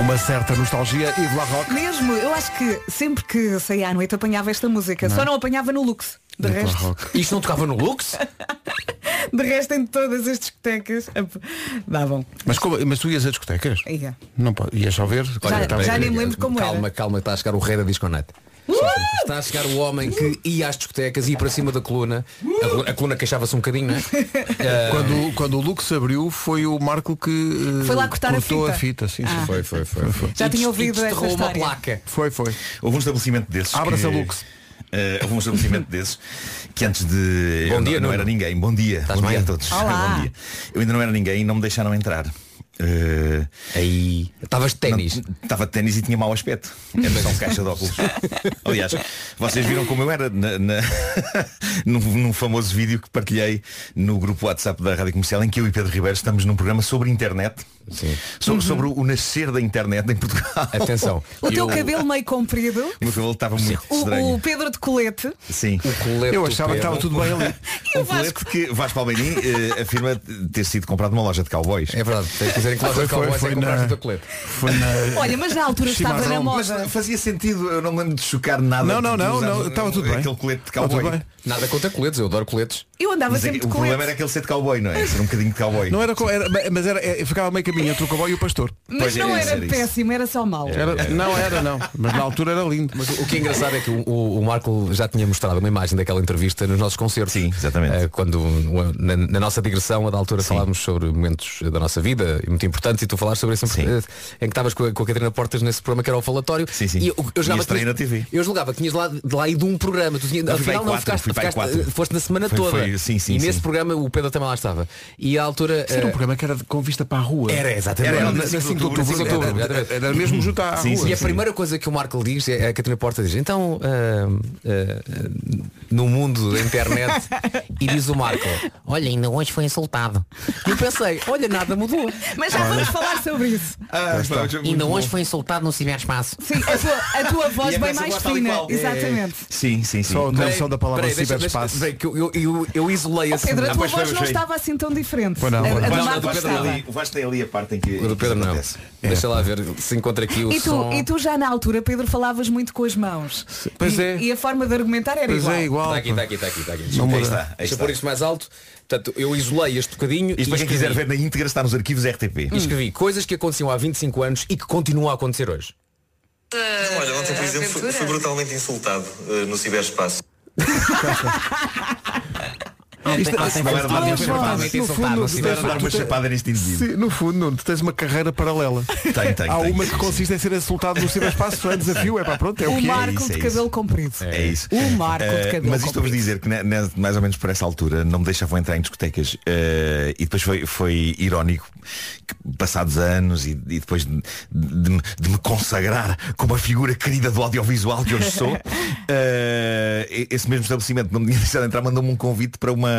[SPEAKER 1] Uma certa nostalgia e de La Rock.
[SPEAKER 2] Mesmo, eu acho que sempre que saía à noite apanhava esta música. Só não apanhava no Lux. De
[SPEAKER 1] La
[SPEAKER 2] resto,
[SPEAKER 1] Rock.
[SPEAKER 8] Isto não tocava no Lux?
[SPEAKER 2] de resto em todas as discotecas. Ah, ap- Davam.
[SPEAKER 1] Mas, como- mas tu ias a discotecas?
[SPEAKER 2] Ia.
[SPEAKER 1] Não pode. Ias só ver? Olha, tá
[SPEAKER 2] já
[SPEAKER 1] bem.
[SPEAKER 2] nem me lembro como
[SPEAKER 8] calma,
[SPEAKER 2] era.
[SPEAKER 8] Calma, calma, está a chegar o rei da disconete.
[SPEAKER 2] Uh!
[SPEAKER 8] Está a chegar o homem que ia às discotecas e ia para cima da coluna. A coluna- A coluna queixava-se um bocadinho, não é?
[SPEAKER 1] Quando, quando o Lux abriu foi o Marco que eh,
[SPEAKER 2] Foi lá cortar a
[SPEAKER 1] cortou
[SPEAKER 2] fita.
[SPEAKER 1] a fita. sim, sim.
[SPEAKER 6] (laughs)
[SPEAKER 8] Ah.
[SPEAKER 6] Foi, foi, foi. foi.
[SPEAKER 2] Já
[SPEAKER 8] E des-
[SPEAKER 2] tinha ouvido essa
[SPEAKER 8] e desterrou uma
[SPEAKER 2] história.
[SPEAKER 8] placa.
[SPEAKER 1] Foi, foi.
[SPEAKER 6] Houve um estabelecimento desses.
[SPEAKER 1] Abra-se
[SPEAKER 6] que-
[SPEAKER 1] a Lux.
[SPEAKER 6] Eh, houve um estabelecimento desses que antes de.
[SPEAKER 8] Bom
[SPEAKER 6] eu não,
[SPEAKER 8] dia,
[SPEAKER 6] não
[SPEAKER 8] Nuno.
[SPEAKER 6] era ninguém. Bom dia.
[SPEAKER 8] Estás
[SPEAKER 6] bom dia
[SPEAKER 8] bem?
[SPEAKER 6] a todos.
[SPEAKER 2] Olá.
[SPEAKER 6] Bom dia. Eu ainda não era ninguém e não me deixaram entrar. Eh,
[SPEAKER 8] Aí. Estavas de ténis.
[SPEAKER 6] não- Estava de ténis e tinha mau aspecto. Era só um caixa de
[SPEAKER 8] (laughs)
[SPEAKER 6] óculos. Aliás, vocês viram como eu era na- (laughs) na- num, num famoso vídeo que partilhei no grupo WhatsApp da Rádio Comercial em que eu e Pedro Ribeiro estamos num programa sobre internet.
[SPEAKER 8] Sim. Uhum.
[SPEAKER 6] Sobre, sobre o nascer da internet em Portugal. (laughs)
[SPEAKER 8] Atenção.
[SPEAKER 2] O teu
[SPEAKER 6] Eu-
[SPEAKER 2] cabelo meio comprido.
[SPEAKER 6] O meu cabelo estava muito
[SPEAKER 2] O, o
[SPEAKER 6] estranho.
[SPEAKER 2] Pedro de colete.
[SPEAKER 6] Sim.
[SPEAKER 8] Colete
[SPEAKER 1] Eu
[SPEAKER 8] do
[SPEAKER 1] achava que estava
[SPEAKER 8] Pedro.
[SPEAKER 1] tudo bem
[SPEAKER 8] (laughs)
[SPEAKER 1] ali.
[SPEAKER 2] E o
[SPEAKER 6] Um colete
[SPEAKER 2] Vasco.
[SPEAKER 6] que Vasco Palmeirim eh, afirma ter sido comprado numa loja de cowboys. Ah,
[SPEAKER 8] É verdade, tem que dizer dizerem que lojas de cowboys é comprar junto a colete.
[SPEAKER 1] Foi na...
[SPEAKER 2] Olha, mas na altura estava na
[SPEAKER 1] Chimarrão.
[SPEAKER 6] Eh, Mas
[SPEAKER 2] moda.
[SPEAKER 6] fazia sentido, eu não me lembro de chocar nada.
[SPEAKER 1] Não, não,
[SPEAKER 6] de
[SPEAKER 1] não,
[SPEAKER 6] usar
[SPEAKER 1] não,
[SPEAKER 6] o-
[SPEAKER 1] estava tudo bem.
[SPEAKER 6] Aquele colete de
[SPEAKER 1] Está tudo
[SPEAKER 6] cowboy.
[SPEAKER 1] bem.
[SPEAKER 8] Nada contra coletes, eu adoro coletes.
[SPEAKER 2] Eu andava
[SPEAKER 6] Mas é
[SPEAKER 2] sempre
[SPEAKER 6] que o
[SPEAKER 2] de
[SPEAKER 6] problema
[SPEAKER 2] colete.
[SPEAKER 6] era aquele ser de cowboy, não é? Ser um bocadinho de cowboy.
[SPEAKER 1] Não era, co- era- mas era, é, ficava meio caminho entre o cowboy e o pastor.
[SPEAKER 2] Mas
[SPEAKER 6] Pois é,
[SPEAKER 2] não
[SPEAKER 6] isso,
[SPEAKER 2] era
[SPEAKER 6] era isso. É.
[SPEAKER 2] péssimo, era só mau.
[SPEAKER 1] Era- não era, não. Mas na altura era lindo.
[SPEAKER 8] É. Mas o que é engraçado é que o, o- o Marco já tinha mostrado uma imagem daquela entrevista nos nossos concertos.
[SPEAKER 6] Sim, exatamente.
[SPEAKER 8] Eh, quando um, na, na nossa digressão, a da altura, falámos sobre momentos da nossa vida e muito importantes e tu falaste sobre isso
[SPEAKER 6] Sim.
[SPEAKER 8] em que estavas com, a- com a Catarina Portas nesse programa que era o falatório.
[SPEAKER 6] Sim, sim.
[SPEAKER 8] E eu,
[SPEAKER 6] Tinha
[SPEAKER 8] eu, julgava que tinhas-
[SPEAKER 6] estreia na TV.
[SPEAKER 8] eu julgava que tinhas lá, de lá ido um programa. Tu tinha,
[SPEAKER 6] Eu fui para aí
[SPEAKER 8] afinal não
[SPEAKER 6] quatro,
[SPEAKER 8] ficaste,
[SPEAKER 6] fui para aí
[SPEAKER 8] ficaste-
[SPEAKER 6] quatro.
[SPEAKER 8] foste na semana
[SPEAKER 6] Foi-
[SPEAKER 8] toda.
[SPEAKER 6] foi- sim, sim,
[SPEAKER 8] e
[SPEAKER 6] sim.
[SPEAKER 8] nesse programa o Pedro também lá estava. E à altura.
[SPEAKER 1] Era um
[SPEAKER 8] eh,
[SPEAKER 1] programa que era de- com vista para a rua.
[SPEAKER 8] Era, exatamente.
[SPEAKER 6] Era,
[SPEAKER 1] Era,
[SPEAKER 6] era
[SPEAKER 1] na-
[SPEAKER 6] de
[SPEAKER 1] na 5 de outubro.
[SPEAKER 8] 5 de outubro,
[SPEAKER 1] Era-
[SPEAKER 8] exatamente.
[SPEAKER 1] Era mesmo junto à
[SPEAKER 6] Sim,
[SPEAKER 1] rua.
[SPEAKER 8] E a
[SPEAKER 6] sim.
[SPEAKER 8] primeira coisa que o Marco diz, é a Catarina Porta diz, então ah, ah, no mundo da internet (laughs) e diz o Marco, olha, ainda hoje foi insultado. E eu pensei, olha, nada mudou.
[SPEAKER 2] Mas já vamos falar sobre isso.
[SPEAKER 6] Ah, pá, muito
[SPEAKER 8] Ainda
[SPEAKER 6] bom.
[SPEAKER 8] hoje foi insultado no ciberespaço.
[SPEAKER 2] Sim, a tua, a tua voz
[SPEAKER 6] (laughs) E a
[SPEAKER 2] bem
[SPEAKER 6] peça
[SPEAKER 2] mais
[SPEAKER 6] lá tal e
[SPEAKER 2] fina.
[SPEAKER 6] qual. É.
[SPEAKER 2] Exatamente.
[SPEAKER 6] Sim, sim, sim.
[SPEAKER 1] Só a
[SPEAKER 8] Peraí,
[SPEAKER 1] noção da palavra
[SPEAKER 8] peraí, deixa-
[SPEAKER 1] ciberespaço.
[SPEAKER 8] deixa- peraí, que eu, eu, eu, eu isolei assim.
[SPEAKER 2] Pedro, a
[SPEAKER 6] Ah,
[SPEAKER 2] tua
[SPEAKER 6] pois foi,
[SPEAKER 2] voz não
[SPEAKER 6] pois foi.
[SPEAKER 2] estava assim tão diferente.
[SPEAKER 1] Pois não,
[SPEAKER 2] a,
[SPEAKER 1] pois
[SPEAKER 2] a
[SPEAKER 1] não.
[SPEAKER 2] do
[SPEAKER 6] O Vasco-
[SPEAKER 2] Marco
[SPEAKER 6] o Vasco tem
[SPEAKER 2] estava.
[SPEAKER 6] ali- O Vasco tem ali a parte em que.
[SPEAKER 8] O do Pedro não.
[SPEAKER 6] acontece.
[SPEAKER 8] Deixa lá ver se encontra aqui o
[SPEAKER 2] E tu,
[SPEAKER 8] som.
[SPEAKER 2] e tu já na altura, Pedro, falavas muito com as mãos.
[SPEAKER 1] Pois
[SPEAKER 2] e,
[SPEAKER 1] é.
[SPEAKER 2] e a forma de argumentar era
[SPEAKER 1] Pois
[SPEAKER 2] igual.
[SPEAKER 1] é, igual.
[SPEAKER 8] Está
[SPEAKER 6] Tá
[SPEAKER 8] aqui,
[SPEAKER 1] pá.
[SPEAKER 8] está aqui, está aqui. Está aqui.
[SPEAKER 1] Não
[SPEAKER 6] Aí
[SPEAKER 1] muda.
[SPEAKER 6] está, aí
[SPEAKER 8] Deixa eu
[SPEAKER 6] está.
[SPEAKER 8] pôr isto mais alto. Portanto, eu isolei este bocadinho
[SPEAKER 6] Isto para quem quiser
[SPEAKER 8] escrevi-
[SPEAKER 6] ver na íntegra está nos arquivos RTP.
[SPEAKER 8] e escrevi coisas que aconteciam há 25 anos e que continuam a acontecer hoje.
[SPEAKER 9] Olha, ontem, por exemplo, fui, fui brutalmente insultado eh, no ciberespaço.
[SPEAKER 1] é- Isto-
[SPEAKER 8] Ontem
[SPEAKER 6] não
[SPEAKER 8] foi
[SPEAKER 6] era nada
[SPEAKER 8] brutalmente
[SPEAKER 1] insultado. No fundo,
[SPEAKER 8] insultado no
[SPEAKER 1] tu
[SPEAKER 6] Era dar
[SPEAKER 8] ciberespaço.
[SPEAKER 6] uma chapada neste indivíduo.
[SPEAKER 1] Sim, no fundo, Nuno, tu tens uma carreira paralela.
[SPEAKER 6] Tem, tem,
[SPEAKER 1] Há
[SPEAKER 6] tem.
[SPEAKER 1] uma que consiste em ser insultado no ciberespaço, é desafio, é para pronto, é o
[SPEAKER 2] O
[SPEAKER 1] que é.
[SPEAKER 2] Marco
[SPEAKER 6] isso, é
[SPEAKER 2] de
[SPEAKER 6] isso.
[SPEAKER 2] cabelo comprido.
[SPEAKER 6] É isso.
[SPEAKER 2] O Marco
[SPEAKER 6] Eh,
[SPEAKER 2] de cabelo
[SPEAKER 6] mas isto vos
[SPEAKER 2] comprido.
[SPEAKER 6] dizer que ne- ne- mais ou menos por essa altura não me deixavam entrar em discotecas eh, e depois foi, foi irónico que passados anos e, e depois de, de me- de me consagrar como a figura querida do audiovisual que hoje
[SPEAKER 2] (laughs)
[SPEAKER 6] sou, eh, e- esse mesmo estabelecimento que não me tinha (laughs) deixado entrar mandou-me um convite para uma,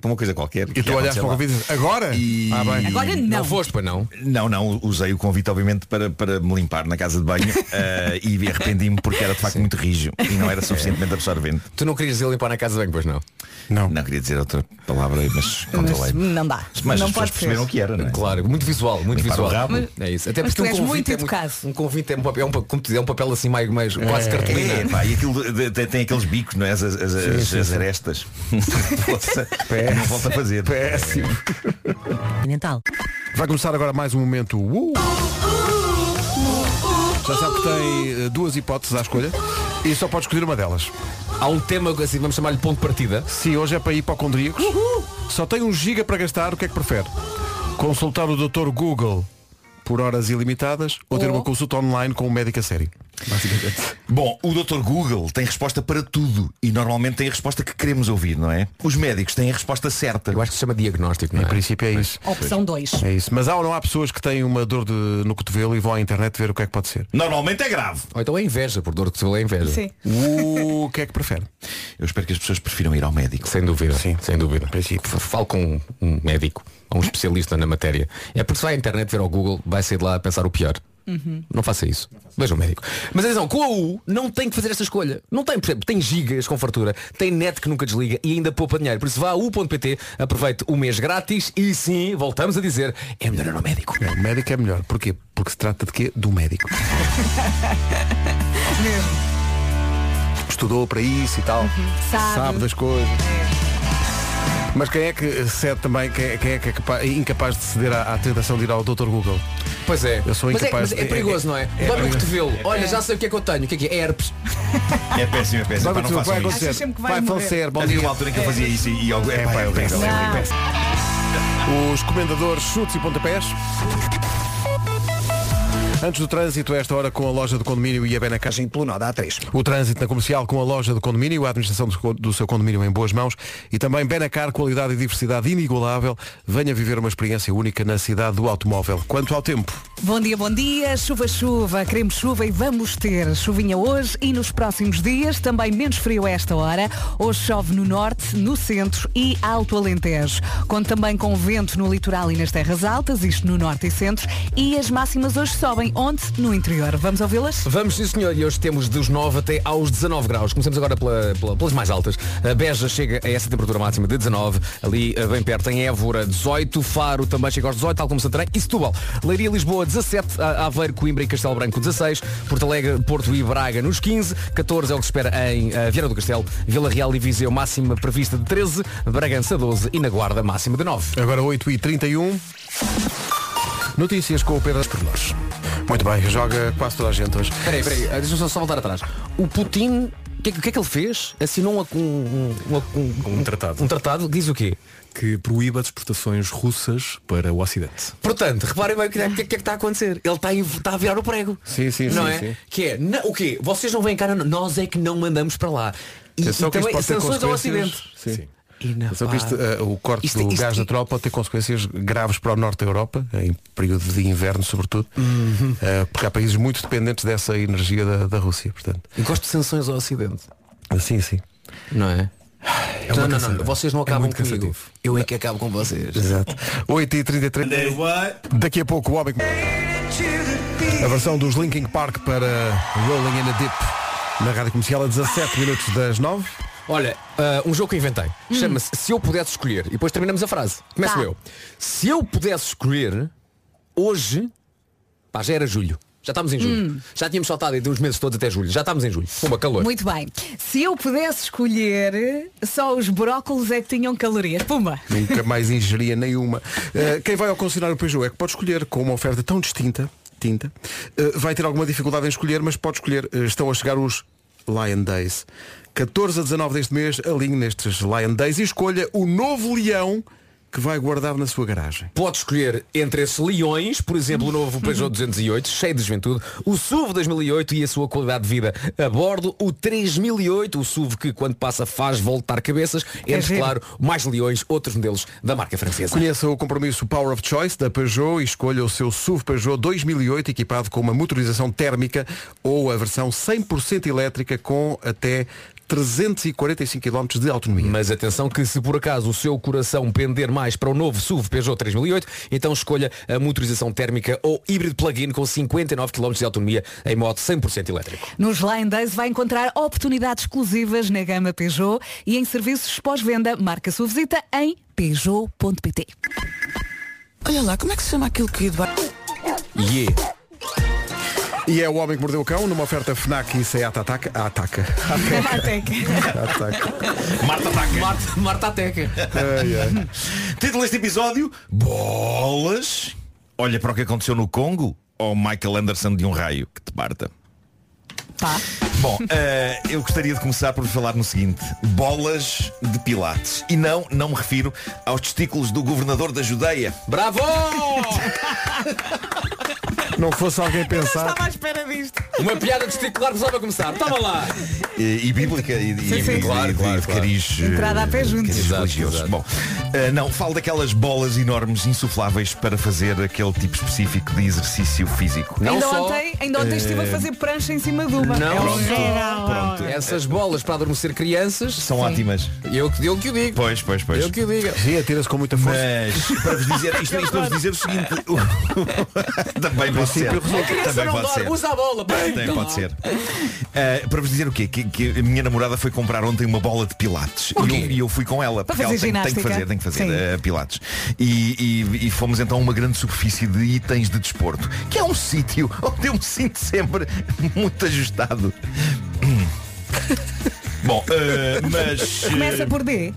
[SPEAKER 6] para uma coisa qualquer.
[SPEAKER 1] E tu olhaste para o convite e dizes, agora?
[SPEAKER 6] E-
[SPEAKER 1] Ah, bem.
[SPEAKER 2] Agora não.
[SPEAKER 8] Não foste, pois não.
[SPEAKER 6] Não, não, usei o convite obviamente para, para me limpar na casa de banho eh, e arrependi-me porque era de facto muito rijo e não era suficientemente absorvente.
[SPEAKER 8] Tu não querias ir limpar na casa de banho, pois não?
[SPEAKER 1] Não.
[SPEAKER 6] Não queria dizer outra palavra, mas
[SPEAKER 2] Mas
[SPEAKER 6] controlei-me.
[SPEAKER 2] não dá.
[SPEAKER 6] Mas
[SPEAKER 2] não
[SPEAKER 6] as pessoas
[SPEAKER 2] pode ser.
[SPEAKER 6] perceberam o que era, não é?
[SPEAKER 8] Claro, muito visual, muito
[SPEAKER 6] Limpar o
[SPEAKER 8] visual.
[SPEAKER 6] rabo.
[SPEAKER 8] É isso. Até
[SPEAKER 2] Mas tu
[SPEAKER 8] porque um
[SPEAKER 2] és
[SPEAKER 8] convite
[SPEAKER 2] muito
[SPEAKER 8] é muito
[SPEAKER 2] educado.
[SPEAKER 8] Um convite é um papel, é um, pa- como te dizer, é um papel assim mais, mais quase cartolina.
[SPEAKER 6] É, pá, e aquilo de- de- tem aqueles bicos, não é? As, as- as- as arestas. (laughs) Poça, não volta a fazer.
[SPEAKER 1] Péssimo. Vai começar agora mais um momento. Uh! Já sabe que tem eh, duas hipóteses à escolha e só pode escolher uma delas.
[SPEAKER 8] Há um tema assim, vamos chamar-lhe ponto de partida.
[SPEAKER 1] Se hoje é para hipocondríacos, só tem um giga para gastar, o que é que prefere? Consultar o Dr. Google por horas ilimitadas ou ter
[SPEAKER 2] Ou-
[SPEAKER 8] Oh.
[SPEAKER 1] uma consulta online com um médico a sério?
[SPEAKER 8] (laughs)
[SPEAKER 6] Bom, o Dr. Google tem resposta para tudo e normalmente tem a resposta que queremos ouvir, não é? Os médicos têm a resposta certa.
[SPEAKER 8] Eu acho que se chama diagnóstico, não
[SPEAKER 1] Em
[SPEAKER 8] é?
[SPEAKER 1] princípio é isso.
[SPEAKER 2] Opção 2.
[SPEAKER 1] É isso. Mas há ou não há pessoas que têm uma dor de- no cotovelo e vão à internet ver o que é que pode ser?
[SPEAKER 6] Normalmente é grave.
[SPEAKER 8] Ou então é inveja, por dor de cotovelo é inveja.
[SPEAKER 2] Sim.
[SPEAKER 1] O que é que prefere?
[SPEAKER 6] Eu espero que as pessoas prefiram ir ao médico.
[SPEAKER 8] Sem dúvida,
[SPEAKER 1] Sim.
[SPEAKER 8] sem dúvida.
[SPEAKER 1] princípio.
[SPEAKER 8] F- Falo com um médico, ou um especialista na matéria. É porque se vai à internet ver ao Google, vai sair de lá a pensar o pior. Não faça isso. Veja o médico. Mas atenção, com a U não tem que fazer esta escolha. Não tem, por exemplo, tem gigas com fartura, tem net que nunca desliga e ainda poupa dinheiro. Por isso vá a U.pt, aproveite o mês grátis e sim, voltamos a dizer, é melhor ir ao médico.
[SPEAKER 1] É, o médico é melhor. Porquê? Porque se trata de quê? Do médico. Estudou para isso e tal.
[SPEAKER 2] Uhum. Sabe.
[SPEAKER 1] Sabe das coisas. Mas quem é que cede também, quem é, quem é que é capa- é incapaz de ceder à, à tentação de ir ao Dr. Google?
[SPEAKER 8] Pois é.
[SPEAKER 1] Eu sou
[SPEAKER 8] mas é,
[SPEAKER 1] incapaz
[SPEAKER 8] mas
[SPEAKER 1] de-
[SPEAKER 8] é perigoso, não é? Dói-me o cotovelo. Olha, já sei o que é que eu tenho. O que é que é? Herpes.
[SPEAKER 6] É péssimo, é péssimo. Pá, não
[SPEAKER 1] vai
[SPEAKER 6] façam isso.
[SPEAKER 1] acontecer.
[SPEAKER 2] Achas sempre que vais
[SPEAKER 1] Vai
[SPEAKER 2] morrer.
[SPEAKER 1] falecer. Bom
[SPEAKER 6] Havia
[SPEAKER 1] dia.
[SPEAKER 6] uma altura em que eu fazia isso e, e algo- é, pá, é péssimo.
[SPEAKER 2] Não.
[SPEAKER 1] Os comendadores chutes e pontapés. Antes do trânsito, a esta hora com a loja do condomínio e a Benacar.
[SPEAKER 4] Passagem pelo Noda A3.
[SPEAKER 1] O trânsito na comercial com a loja do condomínio, a administração do, co- do seu condomínio em boas mãos e também Benacar, qualidade e diversidade inigualável. Venha viver uma experiência única na cidade do automóvel. Quanto ao tempo,
[SPEAKER 2] Bom dia, bom dia. Chuva, chuva. Queremos chuva e vamos ter chuvinha hoje e nos próximos dias. Também menos frio a esta hora. Hoje chove no norte, no centro e alto Alentejo. Conto também com vento no litoral e nas terras altas, isto no norte e centro. E as máximas hoje sobem. Ontem, onde? No interior. Vamos ouvi-las?
[SPEAKER 8] Vamos, sim senhor, e hoje temos dos 9 até aos 19 graus. Começamos agora pela- pela- pelas mais altas. A Beja chega a essa temperatura máxima de 19, ali eh, bem perto, em Évora 18, Faro também chega aos 18, tal como Santarém e Setúbal. Leiria Lisboa 17, A- Aveiro, Coimbra e Castelo Branco 16, Porto Alegre, Porto e Braga nos 15, 14 é o que se espera em eh, Viana do Castelo, Vila Real e Viseu máxima prevista de 13, Bragança 12 e na Guarda máxima de 9.
[SPEAKER 1] Agora 8h31. Notícias com o Pedro por nós. Muito bem, joga quase toda a gente hoje.
[SPEAKER 8] Peraí, peraí, eh, deixa-me só, só voltar atrás. O Putin, o que, é que- o que é que ele fez? Assinou um, ac- um, um, um,
[SPEAKER 3] Um tratado.
[SPEAKER 8] um tratado que diz o quê?
[SPEAKER 3] Que proíba as exportações russas para o Ocidente.
[SPEAKER 8] Portanto, reparem bem o que é, o que é que está a acontecer. Ele está a, está a virar o prego.
[SPEAKER 1] Sim, sim,
[SPEAKER 8] não
[SPEAKER 1] sim,
[SPEAKER 8] É?
[SPEAKER 1] sim.
[SPEAKER 8] Que é, na- o quê? Vocês não vêm cá, não- nós é que não mandamos para lá. E, e
[SPEAKER 1] Atenção É que isto
[SPEAKER 8] também
[SPEAKER 1] pode ter
[SPEAKER 8] sanções ao
[SPEAKER 1] consequências.
[SPEAKER 8] Ocidente.
[SPEAKER 1] Sim.
[SPEAKER 8] E na
[SPEAKER 1] Atenção que isto,
[SPEAKER 8] pá.
[SPEAKER 1] eh, o corte
[SPEAKER 8] Isto-
[SPEAKER 1] do
[SPEAKER 8] isto- é-
[SPEAKER 1] gás natural pode ter consequências graves para o norte da Europa, em período de inverno sobretudo,
[SPEAKER 8] Uhum.
[SPEAKER 1] eh, porque há países muito dependentes dessa energia da, da Rússia, portanto.
[SPEAKER 8] Eu gosto de sanções ao Ocidente.
[SPEAKER 1] Sim, sim.
[SPEAKER 8] Não é? (laughs) não, não, não, vocês não
[SPEAKER 3] É
[SPEAKER 8] acabam
[SPEAKER 3] muito
[SPEAKER 8] comigo.
[SPEAKER 3] cansativo.
[SPEAKER 8] Eu é que acabo com vocês.
[SPEAKER 1] Exato. 8h33. Daqui a pouco o homem que... A versão dos Linkin Park para Rolling in a Deep na Rádio Comercial a 17 minutos das 9.
[SPEAKER 8] Olha, ah, um jogo que eu inventei.
[SPEAKER 1] Hum.
[SPEAKER 8] Chama-se Se Eu Pudesse Escolher. E depois terminamos a frase. Começo
[SPEAKER 2] Tá.
[SPEAKER 8] eu. Se eu pudesse escolher, hoje, pá, já era julho. Já estamos em julho.
[SPEAKER 1] Hum.
[SPEAKER 8] Já tínhamos saltado de uns meses todos até julho. Já estamos em julho. Pumba, calor.
[SPEAKER 2] Muito bem. Se eu pudesse escolher, só os brócolos é que tinham calorias. Pumba!
[SPEAKER 1] Nunca mais ingeria nenhuma. Eh, quem vai ao concessionário Peugeot é que pode escolher com uma oferta tão distinta, tinta, eh, vai ter alguma dificuldade em escolher, mas pode escolher. Eh, estão a chegar os Lion Days. 14 a 19 deste mês, alinhe nestes Lion Days e escolha o novo leão que vai guardar na sua garagem.
[SPEAKER 8] Pode escolher entre esses leões, por exemplo, o novo Peugeot 208, cheio de juventude, o SUV 2008 e a sua qualidade de vida a bordo, o 3008, o SUV que quando passa faz voltar cabeças, entre,
[SPEAKER 2] giro.
[SPEAKER 8] claro, mais leões, outros modelos da marca francesa.
[SPEAKER 1] Conheça o compromisso Power of Choice da Peugeot e escolha o seu SUV Peugeot 2008 equipado com uma motorização térmica ou a versão 100% elétrica com até 345 km de autonomia.
[SPEAKER 8] Mas atenção que se por acaso o seu coração pender mais para o novo SUV Peugeot 3008, então escolha a motorização térmica ou híbrido plug-in com 59 km de autonomia em modo 100% elétrico.
[SPEAKER 2] Nos Lion Days vai encontrar oportunidades exclusivas na gama Peugeot e em serviços pós-venda. Marca a sua visita em
[SPEAKER 6] (laughs)
[SPEAKER 2] peugeot.pt.
[SPEAKER 10] Olha lá, como é que se chama aquilo que Eduardo...
[SPEAKER 8] Yeah.
[SPEAKER 1] E é o Homem que Mordeu o Cão, numa oferta FNAC e Seat Ataca. Ah, Ataca. Ataca.
[SPEAKER 6] Marta ataca.
[SPEAKER 8] Marta, Marta Teca.
[SPEAKER 1] Ai, ai.
[SPEAKER 6] Título deste episódio Bolas Olha para o que aconteceu no Congo Ou Michael Anderson de um raio Que te parta
[SPEAKER 2] Pá.
[SPEAKER 6] Bom,
[SPEAKER 8] (laughs)
[SPEAKER 6] eh, eu gostaria de começar por falar no seguinte Bolas de pilates E não, não me refiro aos testículos do governador da Judeia
[SPEAKER 8] Bravo! Oh!
[SPEAKER 1] Não fosse alguém pensar.
[SPEAKER 8] Uma piada testicular vos vai começar. Toma lá.
[SPEAKER 6] Eh, (laughs) e bíblica e, e- e- e-
[SPEAKER 8] Claro,
[SPEAKER 6] e- de-
[SPEAKER 8] claro,
[SPEAKER 6] de
[SPEAKER 8] claro.
[SPEAKER 6] cariz, eh,
[SPEAKER 2] Entrada a pé
[SPEAKER 6] de
[SPEAKER 2] juntos.
[SPEAKER 6] cariz
[SPEAKER 8] Exato,
[SPEAKER 6] religioso.
[SPEAKER 8] exato.
[SPEAKER 6] Bom, eh, não, falo daquelas bolas enormes insufláveis para fazer aquele tipo específico de exercício físico.
[SPEAKER 8] Não
[SPEAKER 2] ainda,
[SPEAKER 8] só-
[SPEAKER 2] ontem, ainda ontem estive a
[SPEAKER 6] eh,
[SPEAKER 2] fazer prancha em cima de uma.
[SPEAKER 8] Não
[SPEAKER 2] É um
[SPEAKER 8] só-
[SPEAKER 2] geral.
[SPEAKER 6] Pronto,
[SPEAKER 8] Essas bolas para adormecer crianças,
[SPEAKER 6] são ótimas.
[SPEAKER 8] eu, que- eu que o digo.
[SPEAKER 6] Pois, pois, pois.
[SPEAKER 8] Eu que o digo.
[SPEAKER 1] Sim, atira-se com muita força.
[SPEAKER 6] Mas (laughs) para vos dizer, isto, isto para vos dizer o seguinte, o- (laughs) também pode ser.
[SPEAKER 8] A criança
[SPEAKER 6] Também
[SPEAKER 8] não
[SPEAKER 6] pode
[SPEAKER 8] dorme,
[SPEAKER 6] ser.
[SPEAKER 8] usa a bola. Bem,
[SPEAKER 6] Também
[SPEAKER 8] então.
[SPEAKER 6] pode (laughs) ser. Uh, para vos dizer o quê? Que, que a minha namorada foi comprar ontem uma bola de pilates. E eu, e eu fui com ela. porque
[SPEAKER 2] fazer
[SPEAKER 6] ela tem, tem que
[SPEAKER 2] ginástica?
[SPEAKER 6] fazer, tem que fazer
[SPEAKER 2] Sim.
[SPEAKER 6] uh, pilates. E, e- e fomos então a uma grande superfície de itens de desporto. Que é um sítio (laughs) onde eu me sinto sempre muito (laughs) ajustado. Bom, uh, mas. uh,
[SPEAKER 2] Começa por D.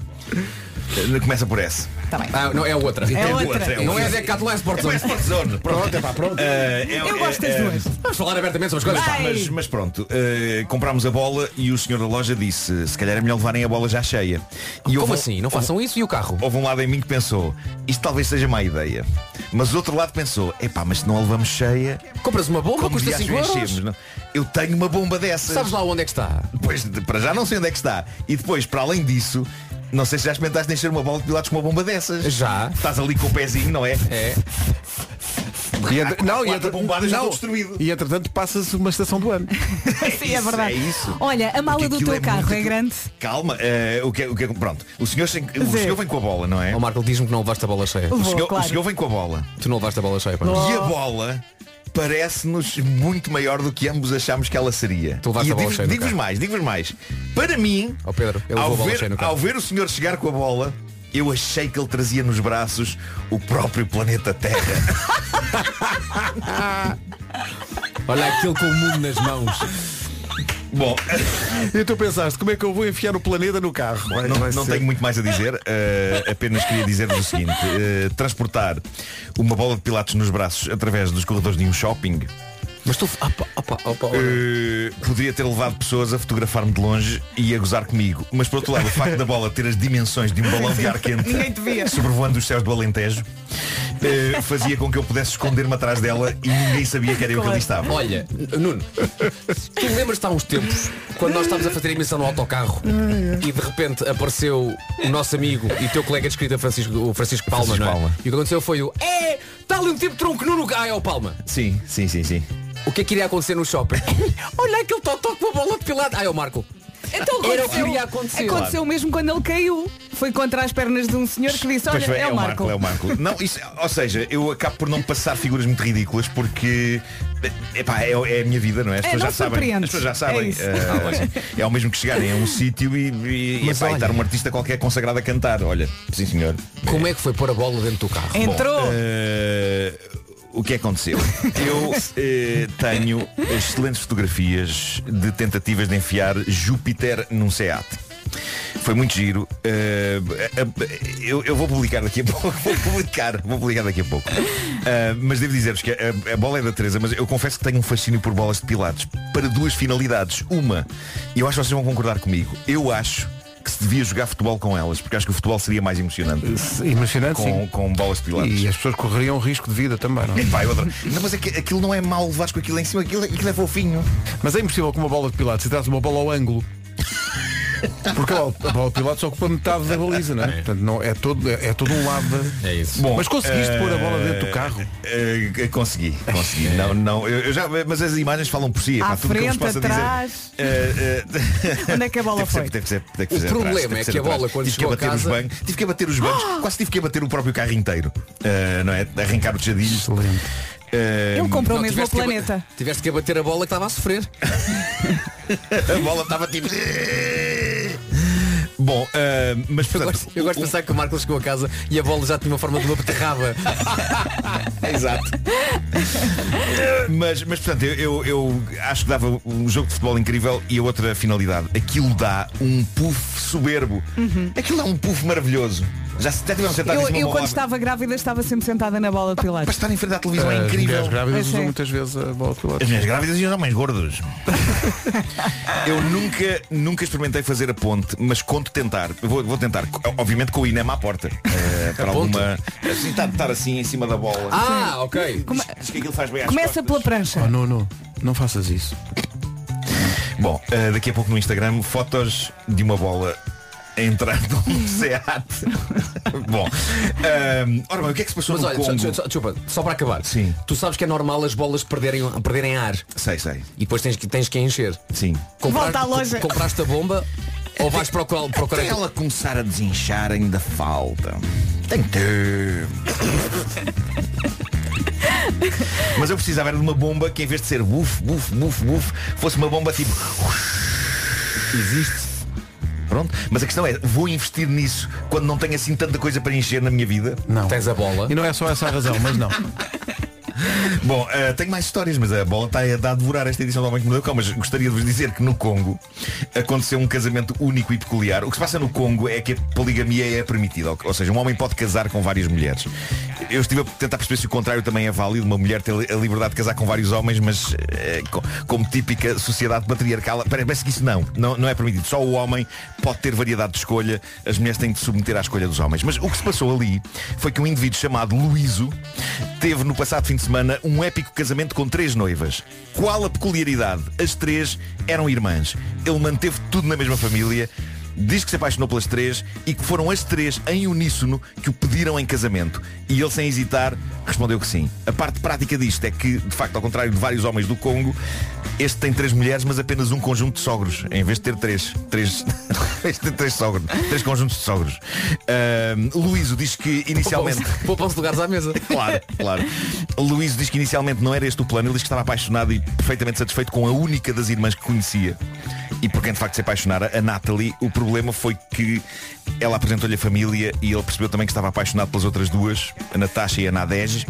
[SPEAKER 6] começa por S.
[SPEAKER 2] Tá bem.
[SPEAKER 8] Ah, não, é outra.
[SPEAKER 2] É outra.
[SPEAKER 8] Não é Decathlon é Sport Zone.
[SPEAKER 6] É Sport Zone. Pronto, é pá, pronto.
[SPEAKER 2] Eu gosto das duas.
[SPEAKER 8] Vamos falar abertamente sobre as coisas.
[SPEAKER 2] Vai.
[SPEAKER 6] É, Mas, mas pronto, eh, comprámos a bola e o senhor da loja disse, se calhar é melhor levarem a bola já cheia. E
[SPEAKER 8] Como
[SPEAKER 6] houve-
[SPEAKER 8] assim? Não
[SPEAKER 6] houve-
[SPEAKER 8] façam isso e o carro?
[SPEAKER 6] Houve um lado em mim que pensou, isto talvez seja má ideia. Mas o outro lado pensou, epá, mas se não a levamos cheia,
[SPEAKER 8] Compras uma bomba,
[SPEAKER 6] como
[SPEAKER 8] custa
[SPEAKER 6] diabos
[SPEAKER 8] 5 euros.
[SPEAKER 6] enchemos? não? Eu tenho uma bomba dessas.
[SPEAKER 8] Sabes lá onde é que está?
[SPEAKER 6] Depois, de- para já não sei onde é que está. E depois, para além disso, não sei se já experimentaste encher uma bola de pilates com uma bomba dessas.
[SPEAKER 8] Já.
[SPEAKER 6] Estás ali com o pezinho, não é?
[SPEAKER 8] É.
[SPEAKER 1] E entre- não, e
[SPEAKER 6] Quatro
[SPEAKER 1] entre-
[SPEAKER 6] bombadas já
[SPEAKER 1] não.
[SPEAKER 6] estou destruído.
[SPEAKER 1] E entretanto passa-se uma estação do
[SPEAKER 8] (laughs)
[SPEAKER 1] ano.
[SPEAKER 2] (laughs) Sim, é
[SPEAKER 6] isso,
[SPEAKER 2] verdade.
[SPEAKER 6] é isso.
[SPEAKER 2] Olha, a mala
[SPEAKER 6] Porque
[SPEAKER 2] do
[SPEAKER 6] aquilo
[SPEAKER 2] teu
[SPEAKER 6] é
[SPEAKER 2] carro
[SPEAKER 6] muito-
[SPEAKER 2] é grande.
[SPEAKER 6] Calma, eh, o que, é- o que, é- pronto. O senhor, sem- o
[SPEAKER 2] Zé.
[SPEAKER 6] senhor vem com a bola, não é?
[SPEAKER 8] O Marco diz-me que não levaste a bola cheia.
[SPEAKER 6] O
[SPEAKER 2] Levou,
[SPEAKER 6] senhor, o
[SPEAKER 2] claro. Oh.
[SPEAKER 6] senhor vem com a bola.
[SPEAKER 8] Tu não levaste a bola cheia, pá.
[SPEAKER 6] E a bola parece-nos muito maior do que ambos achámos que ela seria.
[SPEAKER 8] Tu levaste
[SPEAKER 6] E
[SPEAKER 8] a bola
[SPEAKER 6] digo-
[SPEAKER 8] cheia no
[SPEAKER 6] digo-vos
[SPEAKER 8] carro.
[SPEAKER 6] mais, digo-vos mais. Para mim,
[SPEAKER 8] Ó Pedro, ele levou
[SPEAKER 6] ao
[SPEAKER 8] a bola
[SPEAKER 6] ver,
[SPEAKER 8] cheia no carro.
[SPEAKER 6] ao ver o senhor chegar com a bola, eu achei que ele trazia nos braços o próprio planeta
[SPEAKER 8] (laughs)
[SPEAKER 6] Terra.
[SPEAKER 8] Olha aquele com o mundo nas mãos.
[SPEAKER 6] Bom,
[SPEAKER 1] E tu pensaste, como é que eu vou enfiar o planeta no carro? Vai-
[SPEAKER 6] Ah. não,
[SPEAKER 1] vai
[SPEAKER 6] não
[SPEAKER 1] ser.
[SPEAKER 6] tenho muito mais a dizer,
[SPEAKER 1] (laughs)
[SPEAKER 6] eh, apenas queria dizer-vos o seguinte, eh, transportar uma bola de pilates nos braços através dos corredores de um shopping
[SPEAKER 8] Mas tu. Opa, opa, opa, olha.
[SPEAKER 6] Eh, poderia ter levado pessoas a fotografar-me de longe e a gozar comigo. Mas por outro lado, o facto da bola ter as dimensões de um balão de ar quente sobrevoando os céus do Alentejo eh, fazia com que eu pudesse esconder-me atrás dela e ninguém sabia que era eu que ali estava.
[SPEAKER 8] Olha, Nuno, tu lembras-te há uns tempos, quando nós estávamos a fazer a emissão no autocarro e de repente apareceu o nosso amigo e teu colega de escrita Francisco, o Francisco Palma,
[SPEAKER 6] Francisco
[SPEAKER 8] não é?
[SPEAKER 6] Palma.
[SPEAKER 8] E o que aconteceu foi o É! Está ali um tipo de tronco Nuno Ah, é o Palma.
[SPEAKER 6] Sim, sim, sim, sim.
[SPEAKER 8] O que é que iria acontecer no shopping?
[SPEAKER 1] (laughs)
[SPEAKER 8] Olha aquele totó com a bola de pilado. Ah, é o Marco.
[SPEAKER 2] Então
[SPEAKER 8] Era
[SPEAKER 2] aconteceu,
[SPEAKER 8] o que iria acontecer.
[SPEAKER 2] aconteceu mesmo quando ele caiu. Foi contra as pernas de um senhor que disse, olha,
[SPEAKER 6] Pois bem,
[SPEAKER 2] é, o Marco.
[SPEAKER 6] é o Marco.
[SPEAKER 2] (laughs)
[SPEAKER 6] Não, isso, ou seja, eu acabo por não passar figuras muito ridículas porque epá, é, é a minha vida, não é? As
[SPEAKER 2] É,
[SPEAKER 6] pessoas
[SPEAKER 2] não
[SPEAKER 6] já sabem.
[SPEAKER 2] surpreende.
[SPEAKER 6] As pessoas já
[SPEAKER 2] É
[SPEAKER 6] sabem.
[SPEAKER 2] isso.
[SPEAKER 6] eh, assim, é o mesmo que chegarem a um sítio e, e, e,
[SPEAKER 8] Mas
[SPEAKER 6] epá, e
[SPEAKER 8] olha-
[SPEAKER 6] estar um artista qualquer consagrado a cantar. Olha, sim senhor.
[SPEAKER 8] Como é que foi pôr a bola dentro do
[SPEAKER 1] É
[SPEAKER 8] carro?
[SPEAKER 6] Bom,
[SPEAKER 2] Entrou.
[SPEAKER 6] eh, o que aconteceu? Eu eh, tenho excelentes fotografias de tentativas de enfiar Júpiter num SEAT. Foi muito giro. Eh, eh, eh, eu, eu vou publicar daqui a (laughs) pouco. Vou publicar, vou publicar daqui a pouco. Ah, mas devo dizer-vos que a, a bola é da Teresa, mas eu confesso que tenho um fascínio por bolas de pilates para duas finalidades. Uma, e eu acho que vocês vão concordar comigo, eu acho que se devia jogar futebol com elas, porque acho que o futebol seria mais emocionante
[SPEAKER 1] Imaginante,
[SPEAKER 6] com,
[SPEAKER 1] sim.
[SPEAKER 6] com bolas de pilates.
[SPEAKER 1] E as pessoas correriam risco de vida
[SPEAKER 6] (laughs)
[SPEAKER 1] também, não é?
[SPEAKER 6] Epá, eu adoro. Não, mas é que aquilo não é mau levar com aquilo em cima, aquilo, aquilo é fofinho.
[SPEAKER 1] Mas é impossível com uma bola de pilates se trata de uma bola ao ângulo. Porque a bola de pilates ocupa metade da baliza, não é? Portanto, não, é, todo, é, é todo um lado. da-
[SPEAKER 8] É isso.
[SPEAKER 1] Mas conseguiste pôr a bola dentro do carro?
[SPEAKER 6] Eh, eh, consegui, consegui.
[SPEAKER 8] É.
[SPEAKER 6] não, não, eu, eu já, mas as imagens falam por si.
[SPEAKER 2] À
[SPEAKER 6] epá, tudo o que eu vos
[SPEAKER 2] frente,
[SPEAKER 6] possa
[SPEAKER 2] atrás.
[SPEAKER 6] dizer. Eh, (laughs) eh,
[SPEAKER 2] Onde é que a
[SPEAKER 6] (laughs)
[SPEAKER 2] bola
[SPEAKER 6] teve
[SPEAKER 2] foi?
[SPEAKER 6] Ser, teve que ser- teve que
[SPEAKER 8] O
[SPEAKER 6] ser atrás,
[SPEAKER 8] problema
[SPEAKER 6] teve
[SPEAKER 8] é
[SPEAKER 6] ser
[SPEAKER 8] que a bola,
[SPEAKER 6] atrás.
[SPEAKER 8] quando
[SPEAKER 6] tive que
[SPEAKER 8] chegou a
[SPEAKER 6] bater os
[SPEAKER 8] casa-
[SPEAKER 6] bancos, tive que bater os
[SPEAKER 2] (gasps)
[SPEAKER 6] bancos, quase tive que bater o próprio carro inteiro. Eh, não é? Arrancar os jadilhos.
[SPEAKER 1] Excelente.
[SPEAKER 6] Eh,
[SPEAKER 2] Ele comprou
[SPEAKER 8] Não,
[SPEAKER 2] mesmo o
[SPEAKER 8] tiveste que
[SPEAKER 2] planeta.
[SPEAKER 8] ab- Tiveste que abater a bola que estava a sofrer.
[SPEAKER 6] a bola estava
[SPEAKER 8] (laughs)
[SPEAKER 6] tipo. Bom, eh, mas
[SPEAKER 8] Eu
[SPEAKER 6] portanto,
[SPEAKER 8] gosto, eu gosto de pensar que o Marco chegou a casa e a bola já tinha uma forma de uma beterraba.
[SPEAKER 6] Exato. (laughs) mas, mas portanto, eu, eu, eu acho que dava um jogo de futebol incrível e a outra finalidade. Aquilo dá um puff soberbo. Aquilo dá um puff maravilhoso. Já, se- já tivemos sentado em
[SPEAKER 2] Uhum. Eu,
[SPEAKER 6] cima
[SPEAKER 2] eu
[SPEAKER 6] uma
[SPEAKER 2] quando
[SPEAKER 6] bola.
[SPEAKER 2] estava grávida estava sempre sentada na bola de
[SPEAKER 6] Para
[SPEAKER 2] pilates.
[SPEAKER 6] estar em frente à televisão é
[SPEAKER 1] As
[SPEAKER 6] incrível.
[SPEAKER 1] mulheres grávidas
[SPEAKER 2] Pois
[SPEAKER 1] usam
[SPEAKER 2] é.
[SPEAKER 1] muitas vezes a bola de
[SPEAKER 6] As
[SPEAKER 1] pilates.
[SPEAKER 6] minhas grávidas e os homens
[SPEAKER 1] (laughs)
[SPEAKER 6] gordos. eu nunca, nunca experimentei fazer a ponte, mas conto tentar. Eu Vou, vou tentar. Co- Obviamente com o Inem à porta. Eh, para
[SPEAKER 8] ponte?
[SPEAKER 6] alguma. Assim, estar, estar assim em cima da bola.
[SPEAKER 8] Ah, ok.
[SPEAKER 6] Diz- diz que aquilo faz bem às
[SPEAKER 2] Começa
[SPEAKER 6] costas.
[SPEAKER 2] pela prancha.
[SPEAKER 1] Oh, não, não. Não faças isso.
[SPEAKER 6] Bom, eh, daqui a pouco no Instagram, fotos de uma bola a entrar (laughs) num SEAT. Bom, ehm, ora bem, o que é que se passou
[SPEAKER 8] Mas
[SPEAKER 6] no
[SPEAKER 8] olha, só,
[SPEAKER 6] Congo?
[SPEAKER 8] só, só- desculpa, só para acabar.
[SPEAKER 6] Sim.
[SPEAKER 8] Tu sabes que é normal as bolas perderem, perderem ar
[SPEAKER 6] Sei, sei.
[SPEAKER 8] e depois tens que, tens que encher.
[SPEAKER 6] Sim.
[SPEAKER 2] Volta à loja.
[SPEAKER 8] co- Compraste a bomba ou vais procurar, procurar
[SPEAKER 6] Para ela começar a desinchar ainda falta. Tem tempo. Mas eu precisava era de uma bomba que em vez de ser buf, buf, buf, buf, fosse uma bomba tipo. Existe. Pronto. Mas a questão é, vou investir nisso quando não tenho assim tanta coisa para encher na minha vida?
[SPEAKER 1] Não.
[SPEAKER 8] Tens a bola.
[SPEAKER 1] E não é só essa a razão, mas não.
[SPEAKER 6] (laughs) Bom, eh, tenho mais histórias, mas a bola está a dar a devorar esta edição do Homem que Mordeu o Cão, mas gostaria de vos dizer que no Congo aconteceu um casamento único e peculiar. O que se passa no Congo é que a poligamia é permitida, ou- ou seja, um homem pode casar com várias mulheres. Eu estive a tentar perceber se o contrário também é válido, uma mulher ter a liberdade de casar com vários homens, mas eh, co- como típica sociedade patriarcal, parece parece que isso não, não, não é permitido. Só o homem pode ter variedade de escolha, as mulheres têm de se submeter à escolha dos homens. Mas o que se passou ali foi que um indivíduo chamado Luíso teve no passado fim de semana um épico casamento com três noivas. Qual a peculiaridade? As três eram irmãs. Ele manteve tudo na mesma família. Diz que se apaixonou pelas três e que foram as três em uníssono que o pediram em casamento. E ele, sem hesitar, respondeu que sim. A parte prática disto é que, de facto, ao contrário de vários homens do Congo, este tem três mulheres, mas apenas um conjunto de sogros, em vez de ter três. Três, (laughs) este tem três sogros. Três conjuntos de sogros. Ahm, Luíso diz que inicialmente.
[SPEAKER 8] Poupam-se lugares à mesa.
[SPEAKER 6] (laughs) Claro, claro. Luís diz que inicialmente não era este o plano, ele diz que estava apaixonado e perfeitamente satisfeito com a única das irmãs que conhecia. E por quem de facto se apaixonara, a Natalie, o problema foi que ela apresentou-lhe a família e ele percebeu também que estava apaixonado pelas outras duas, a Natasha e a Nadege.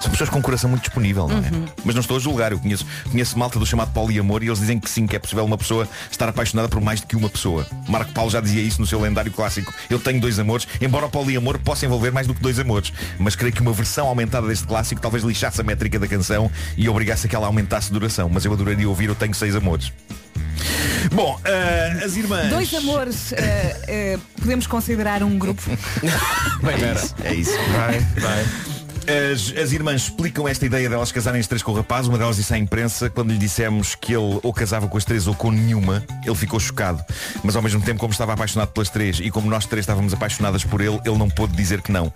[SPEAKER 6] São pessoas com um coração muito disponível, não é? Mas não estou a julgar, eu conheço, conheço malta do chamado poliamor e eles dizem que sim, que é possível uma pessoa estar apaixonada por mais do que uma pessoa. Marco Paulo já dizia isso no seu lendário clássico Eu tenho dois amores, embora o poliamor possa envolver mais do que dois amores. Mas creio que uma versão aumentada deste clássico talvez lixasse a métrica da canção e obrigasse a que ela aumentasse a duração. Mas eu adoraria ouvir Eu Tenho Seis Amores. Bom, ah, as irmãs.
[SPEAKER 2] Dois amores, eh, eh, podemos considerar um grupo.
[SPEAKER 6] é isso. É isso. As, as irmãs explicam esta ideia delas casarem as três com o rapaz. Uma delas disse à imprensa quando lhe dissemos que ele ou casava com as três ou com nenhuma. Ele ficou chocado. Mas ao mesmo tempo, como estava apaixonado pelas três e como nós três estávamos apaixonadas por ele, ele não pôde dizer que não.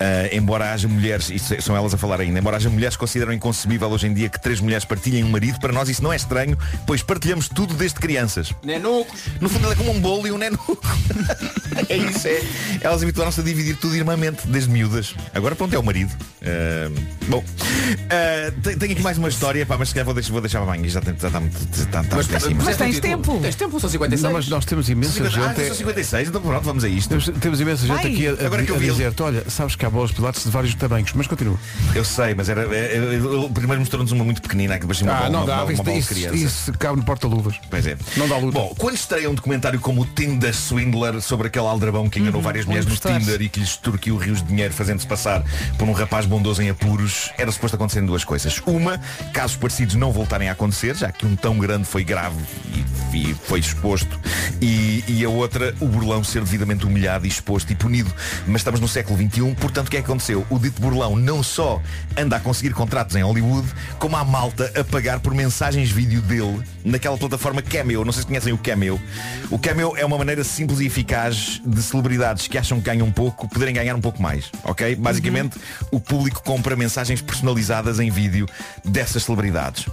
[SPEAKER 6] Ah, embora haja mulheres, isto são elas a falar ainda, embora haja mulheres que consideram inconcebível hoje em dia que três mulheres partilhem um marido, para nós isso não é estranho, pois partilhamos tudo desde crianças.
[SPEAKER 11] Nenucos.
[SPEAKER 6] No fundo ele é como um bolo e um nenuco. (laughs) é isso, é. Elas habituaram-se a dividir tudo irmamente, desde miúdas. Agora pronto, é o marido. Ah, bom. Ah, te- tenho aqui mais uma história, pá, mas se calhar vou deixar, vou deixar para amanhã. Já tem- já está muito. já Está, está muito em cima.
[SPEAKER 2] Mas tens tempo.
[SPEAKER 8] Tens tempo, são 56.
[SPEAKER 1] Não, mas nós temos imensa
[SPEAKER 6] 50, ah,
[SPEAKER 1] gente. é
[SPEAKER 6] são 56, então pronto, vamos a isto.
[SPEAKER 1] Temos, temos imensa gente
[SPEAKER 2] Vai.
[SPEAKER 1] aqui a, a-
[SPEAKER 6] Agora que eu
[SPEAKER 1] a
[SPEAKER 6] vi ele.
[SPEAKER 1] dizer-te, olha, sabes que há bolas pilates de vários tamanhos, mas continua.
[SPEAKER 6] Eu sei, mas era. é- é- Ele primeiro mostrou-nos uma muito pequenina, que depois tinha uma bola, uma, bola- uma bola de
[SPEAKER 1] isso,
[SPEAKER 6] criança.
[SPEAKER 1] isso cabe no porta-luvas.
[SPEAKER 6] Pois é.
[SPEAKER 1] Não dá luta.
[SPEAKER 6] Bom, quando estreia um documentário como o Tinder Swindler sobre aquele aldrabão que enganou várias mulheres no
[SPEAKER 2] gostar.
[SPEAKER 6] Tinder e que lhes extorquiu rios de dinheiro fazendo-se passar por um rapaz bondoso em apuros, era suposto acontecerem duas coisas. Uma, casos parecidos não voltarem a acontecer, já que um tão grande foi grave e, e foi exposto. E, e a outra, o burlão ser devidamente humilhado, e exposto e punido. Mas estamos no século XXI, portanto o que é que aconteceu? O dito burlão não só anda a conseguir contratos em Hollywood, como há malta a pagar por mensagens vídeo dele naquela plataforma Cameo. Não sei se conhecem o Cameo. O Cameo é uma maneira simples e eficaz de celebridades que acham que ganham pouco poderem ganhar um pouco mais, ok? Basicamente, o público compra mensagens personalizadas em vídeo dessas celebridades.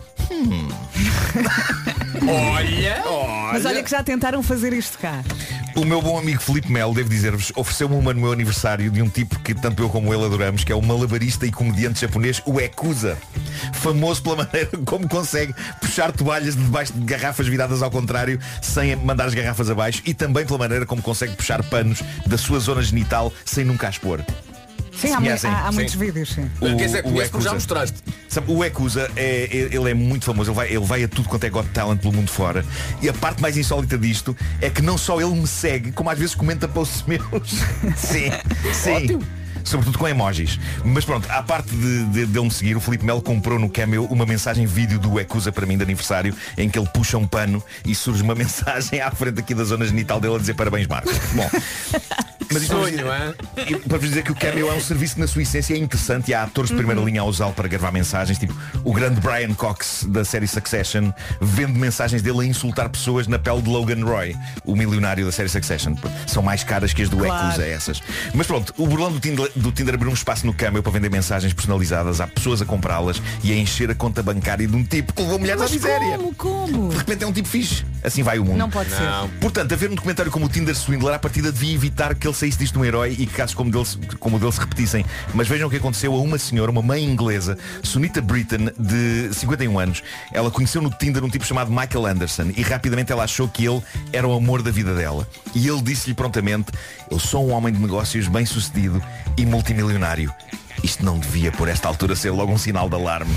[SPEAKER 2] Mas olha que já tentaram fazer isto cá.
[SPEAKER 6] O meu bom amigo Filipe Melo, devo dizer-vos, ofereceu-me uma no meu aniversário de um tipo que tanto eu como ele adoramos, que é o malabarista e comediante japonês, o Ekuza. Famoso pela (laughs) maneira como consegue puxar toalhas de debaixo de garrafas viradas ao contrário, sem mandar as garrafas abaixo, e também pela maneira como consegue puxar panos da sua zona genital sem nunca a expor.
[SPEAKER 2] Sim, há, mu-
[SPEAKER 6] Conhecem?
[SPEAKER 2] há- há
[SPEAKER 6] Sim.
[SPEAKER 2] muitos vídeos, sim.
[SPEAKER 6] O-
[SPEAKER 8] Quer dizer,
[SPEAKER 6] o
[SPEAKER 8] conheço porque já
[SPEAKER 6] Ekuza.
[SPEAKER 8] mostraste.
[SPEAKER 6] Sabe, o Ekuza, é, é- ele é muito famoso, ele vai, ele vai a tudo quanto é Got Talent pelo mundo fora. E a parte mais insólita disto é que não só ele me segue, como às vezes comenta posts (laughs) meus. sim, sim. Sobretudo com emojis. Mas pronto, à parte de, de, de ele me seguir, o Filipe Melo comprou no Cameo uma mensagem vídeo do Ecusa para mim de aniversário, em que ele puxa um pano e surge uma (laughs) mensagem à frente aqui da zona genital dele a dizer parabéns, Marco. Bom, mas isto é
[SPEAKER 8] Sonho, hã?
[SPEAKER 6] e para vos dizer que o Cameo é um serviço que na sua essência é interessante e há atores de
[SPEAKER 2] Uhum.
[SPEAKER 6] primeira linha a usá-lo para gravar mensagens, tipo o grande Brian Cox da série Succession vende mensagens dele a insultar pessoas na pele de Logan Roy, o milionário da série Succession. São mais caras que as do
[SPEAKER 2] Claro.
[SPEAKER 6] Ecusa, essas. Mas pronto, o burlão do Tinder, do Tinder abriu um espaço no Cameo para vender mensagens personalizadas, há pessoas a comprá-las e a encher a conta bancária de um tipo que levou mulheres à
[SPEAKER 2] Mas
[SPEAKER 6] miséria.
[SPEAKER 2] como? Como?
[SPEAKER 6] De repente é um tipo fixe. Assim vai o mundo.
[SPEAKER 2] Não pode ser.
[SPEAKER 6] Portanto, haver um documentário como o Tinder Swindler, à partida devia evitar que ele saísse disto um herói e que casos como, dele, se- como o dele se repetissem. Mas vejam o que aconteceu a uma senhora, uma mãe inglesa, Sunita Britton, de 51 anos. Ela conheceu no Tinder um tipo chamado Michael Anderson e rapidamente ela achou que ele era o amor da vida dela. E ele disse-lhe prontamente, eu sou um homem de negócios bem sucedido e multimilionário. Isto não devia, por esta altura, ser logo um sinal de alarme.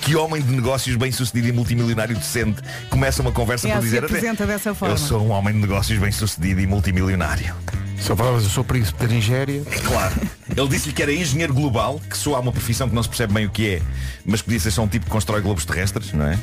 [SPEAKER 6] Que homem de negócios bem sucedido e multimilionário decente começa uma conversa
[SPEAKER 2] Ela
[SPEAKER 6] por
[SPEAKER 2] É, se
[SPEAKER 6] dizer
[SPEAKER 2] apresenta dessa forma."
[SPEAKER 6] Eu sou um homem de negócios bem sucedido e multimilionário.
[SPEAKER 1] Só palavras, eu sou príncipe da Nigéria.
[SPEAKER 6] É Claro. Ele disse-lhe que era engenheiro (laughs) global, que só há uma profissão que não se percebe bem o que é, mas que podia ser só um tipo que constrói globos terrestres, não é?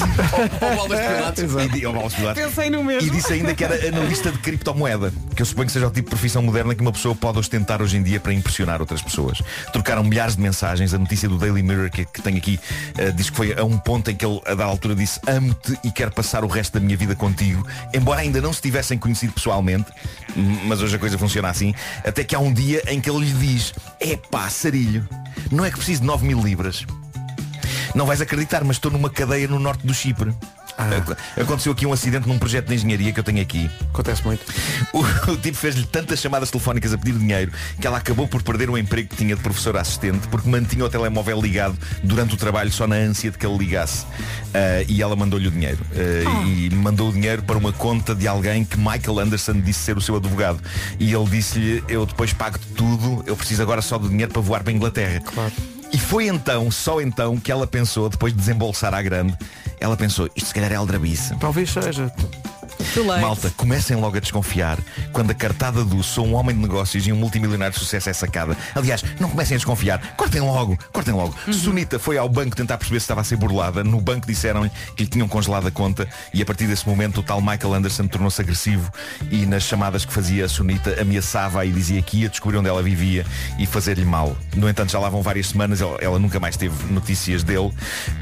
[SPEAKER 6] Ao Baldas Pilatos. E, ao Baldas Pilatos.
[SPEAKER 2] Pensei no mesmo.
[SPEAKER 6] E disse ainda que era analista de criptomoeda, que eu suponho que seja o tipo de profissão moderna que uma pessoa pode ostentar hoje em dia para impressionar outras pessoas. Trocaram milhares de mensagens, a notícia do Daily Mirror que, que tenho aqui eh, diz que foi a um ponto em que ele, a da altura, disse amo-te e quero passar o resto da minha vida contigo, embora ainda não se tivessem conhecido pessoalmente, m- mas hoje a coisa funciona assim, até que há um dia em que ele lhe diz, é pá, sarilho, não é que preciso de 9 mil libras. Não vais acreditar, mas estou numa cadeia no norte do Chipre. Ac- Aconteceu aqui um acidente num projeto de engenharia que eu tenho aqui.
[SPEAKER 1] Acontece muito.
[SPEAKER 6] (laughs) O, o tipo fez-lhe tantas chamadas telefónicas a pedir dinheiro que ela acabou por perder o emprego que tinha de professora assistente porque mantinha o telemóvel ligado durante o trabalho só na ânsia de que ele ligasse. Ah, e ela mandou-lhe o dinheiro. Ah, E mandou o dinheiro para uma conta de alguém que Michael Anderson disse ser o seu advogado. E ele disse-lhe, eu depois pago tudo, eu preciso agora só do dinheiro para voar para a Inglaterra. E foi então, só então, que ela pensou, depois de desembolsar à grande, ela pensou, isto se calhar é aldrabice.
[SPEAKER 1] Talvez seja.
[SPEAKER 6] Malta, comecem logo a desconfiar quando a cartada do sou um homem de negócios e um multimilionário de sucesso é sacada. Aliás, não comecem a desconfiar. Cortem logo, cortem logo. Sunita foi ao banco tentar perceber se estava a ser burlada. No banco disseram-lhe que lhe tinham congelado a conta e a partir desse momento o tal Michael Anderson tornou-se agressivo e nas chamadas que fazia a Sunita ameaçava-a e dizia que ia descobrir onde ela vivia e fazer-lhe mal. No entanto, já lá vão várias semanas, ela, ela nunca mais teve notícias dele.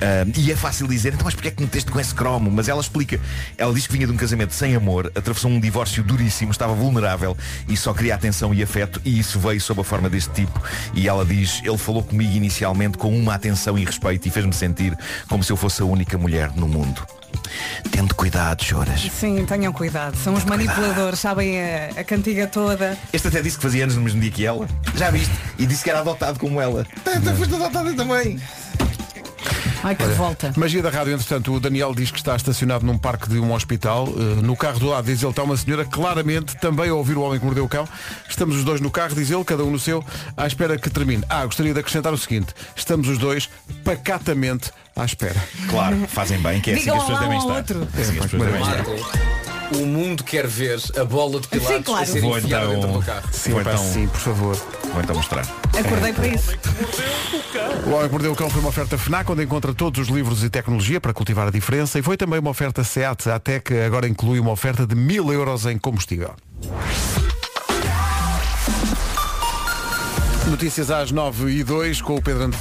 [SPEAKER 6] Ahm, e é fácil dizer, então mas porquê é que meteste com esse cromo? Mas ela explica. Ela diz que vinha de um casamento sem amor, atravessou um divórcio duríssimo, estava vulnerável e só queria atenção e afeto e isso veio sob a forma deste tipo. E ela diz, ele falou comigo inicialmente com uma atenção e respeito e fez-me sentir como se eu fosse a única mulher no mundo. Tendo cuidado, choras.
[SPEAKER 2] Sim, tenham cuidado. São os manipuladores, sabem a, a cantiga toda.
[SPEAKER 6] Este até disse que fazia anos no mesmo dia que ela. Já viste? E disse que era adotado como ela. Tanta foste adotada também.
[SPEAKER 2] Ai, que volta.
[SPEAKER 1] Magia da rádio, entretanto, o Daniel diz que está estacionado num parque de um hospital. Eh, no carro do lado, diz ele, está uma senhora, claramente, também a ouvir o homem que mordeu o cão. Estamos os dois no carro, diz ele, cada um no seu, à espera que termine. Ah, gostaria de acrescentar o seguinte, estamos os dois pacatamente à espera.
[SPEAKER 6] Claro, fazem bem, que é
[SPEAKER 2] Digam
[SPEAKER 6] assim que as pessoas
[SPEAKER 2] lá um
[SPEAKER 6] devem
[SPEAKER 2] ao
[SPEAKER 6] estar.
[SPEAKER 2] outro.
[SPEAKER 6] É assim que as pessoas devem estar.
[SPEAKER 8] O mundo quer ver a bola de Pilatos
[SPEAKER 2] Sim, claro.
[SPEAKER 8] a ser
[SPEAKER 6] Vou
[SPEAKER 8] enfiada
[SPEAKER 6] então-
[SPEAKER 8] dentro do carro.
[SPEAKER 1] Sim,
[SPEAKER 6] Vou
[SPEAKER 1] pá,
[SPEAKER 6] então-
[SPEAKER 1] sim, por favor.
[SPEAKER 6] Vou então mostrar.
[SPEAKER 2] Acordei para isso.
[SPEAKER 1] O Homem que Mordeu o Cão foi uma oferta FNAC, onde encontra todos os livros e tecnologia para cultivar a diferença. E foi também uma oferta SEAT, até que agora inclui uma oferta de mil euros em combustível. Notícias às 9 e 2 com o Pedro Ant...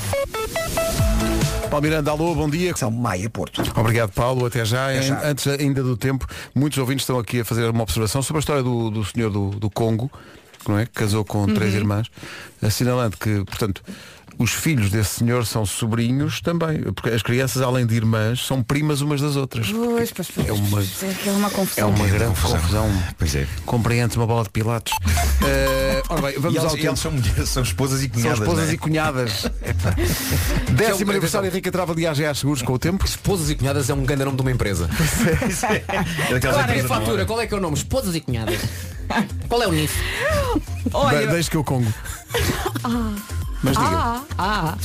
[SPEAKER 1] Paulo Miranda, alô, bom dia.
[SPEAKER 4] São Maia Porto.
[SPEAKER 1] Obrigado, Paulo. Até já.
[SPEAKER 4] Até já.
[SPEAKER 1] Antes ainda do tempo, muitos ouvintes estão aqui a fazer uma observação sobre a história do, do senhor do, do Congo, que não é? que casou com
[SPEAKER 2] Uhum.
[SPEAKER 1] três irmãs, assinalando que, portanto, os filhos desse senhor são sobrinhos também, porque as crianças, além de irmãs, são primas umas das outras.
[SPEAKER 2] Pois, pois, pois.
[SPEAKER 1] É uma-
[SPEAKER 2] É que é uma
[SPEAKER 1] É
[SPEAKER 2] confusão.
[SPEAKER 1] uma grande confusão.
[SPEAKER 6] Pois é.
[SPEAKER 1] Compreende-se uma bola de pilates. (laughs) Eh, ora bem,
[SPEAKER 6] E
[SPEAKER 1] vamos
[SPEAKER 6] elas,
[SPEAKER 1] ao
[SPEAKER 6] e
[SPEAKER 1] tempo.
[SPEAKER 6] elas são mulheres, são esposas e
[SPEAKER 1] São
[SPEAKER 6] cunhadas.
[SPEAKER 1] esposas
[SPEAKER 6] não é? um (laughs)
[SPEAKER 1] e cunhadas. Epá. Décimo aniversário, Henrique Trava de AGA Seguros com o tempo.
[SPEAKER 8] Esposas e cunhadas é um grande nome de uma empresa.
[SPEAKER 6] É daquelas
[SPEAKER 8] Qual é a
[SPEAKER 6] empresas da
[SPEAKER 8] fatura?
[SPEAKER 6] moda.
[SPEAKER 8] Qual é que é o nome? Esposas e cunhadas. Qual é o NIF?
[SPEAKER 1] Bem,
[SPEAKER 2] Olha,
[SPEAKER 1] Deixa que eu congo. Mas diga.
[SPEAKER 2] ah,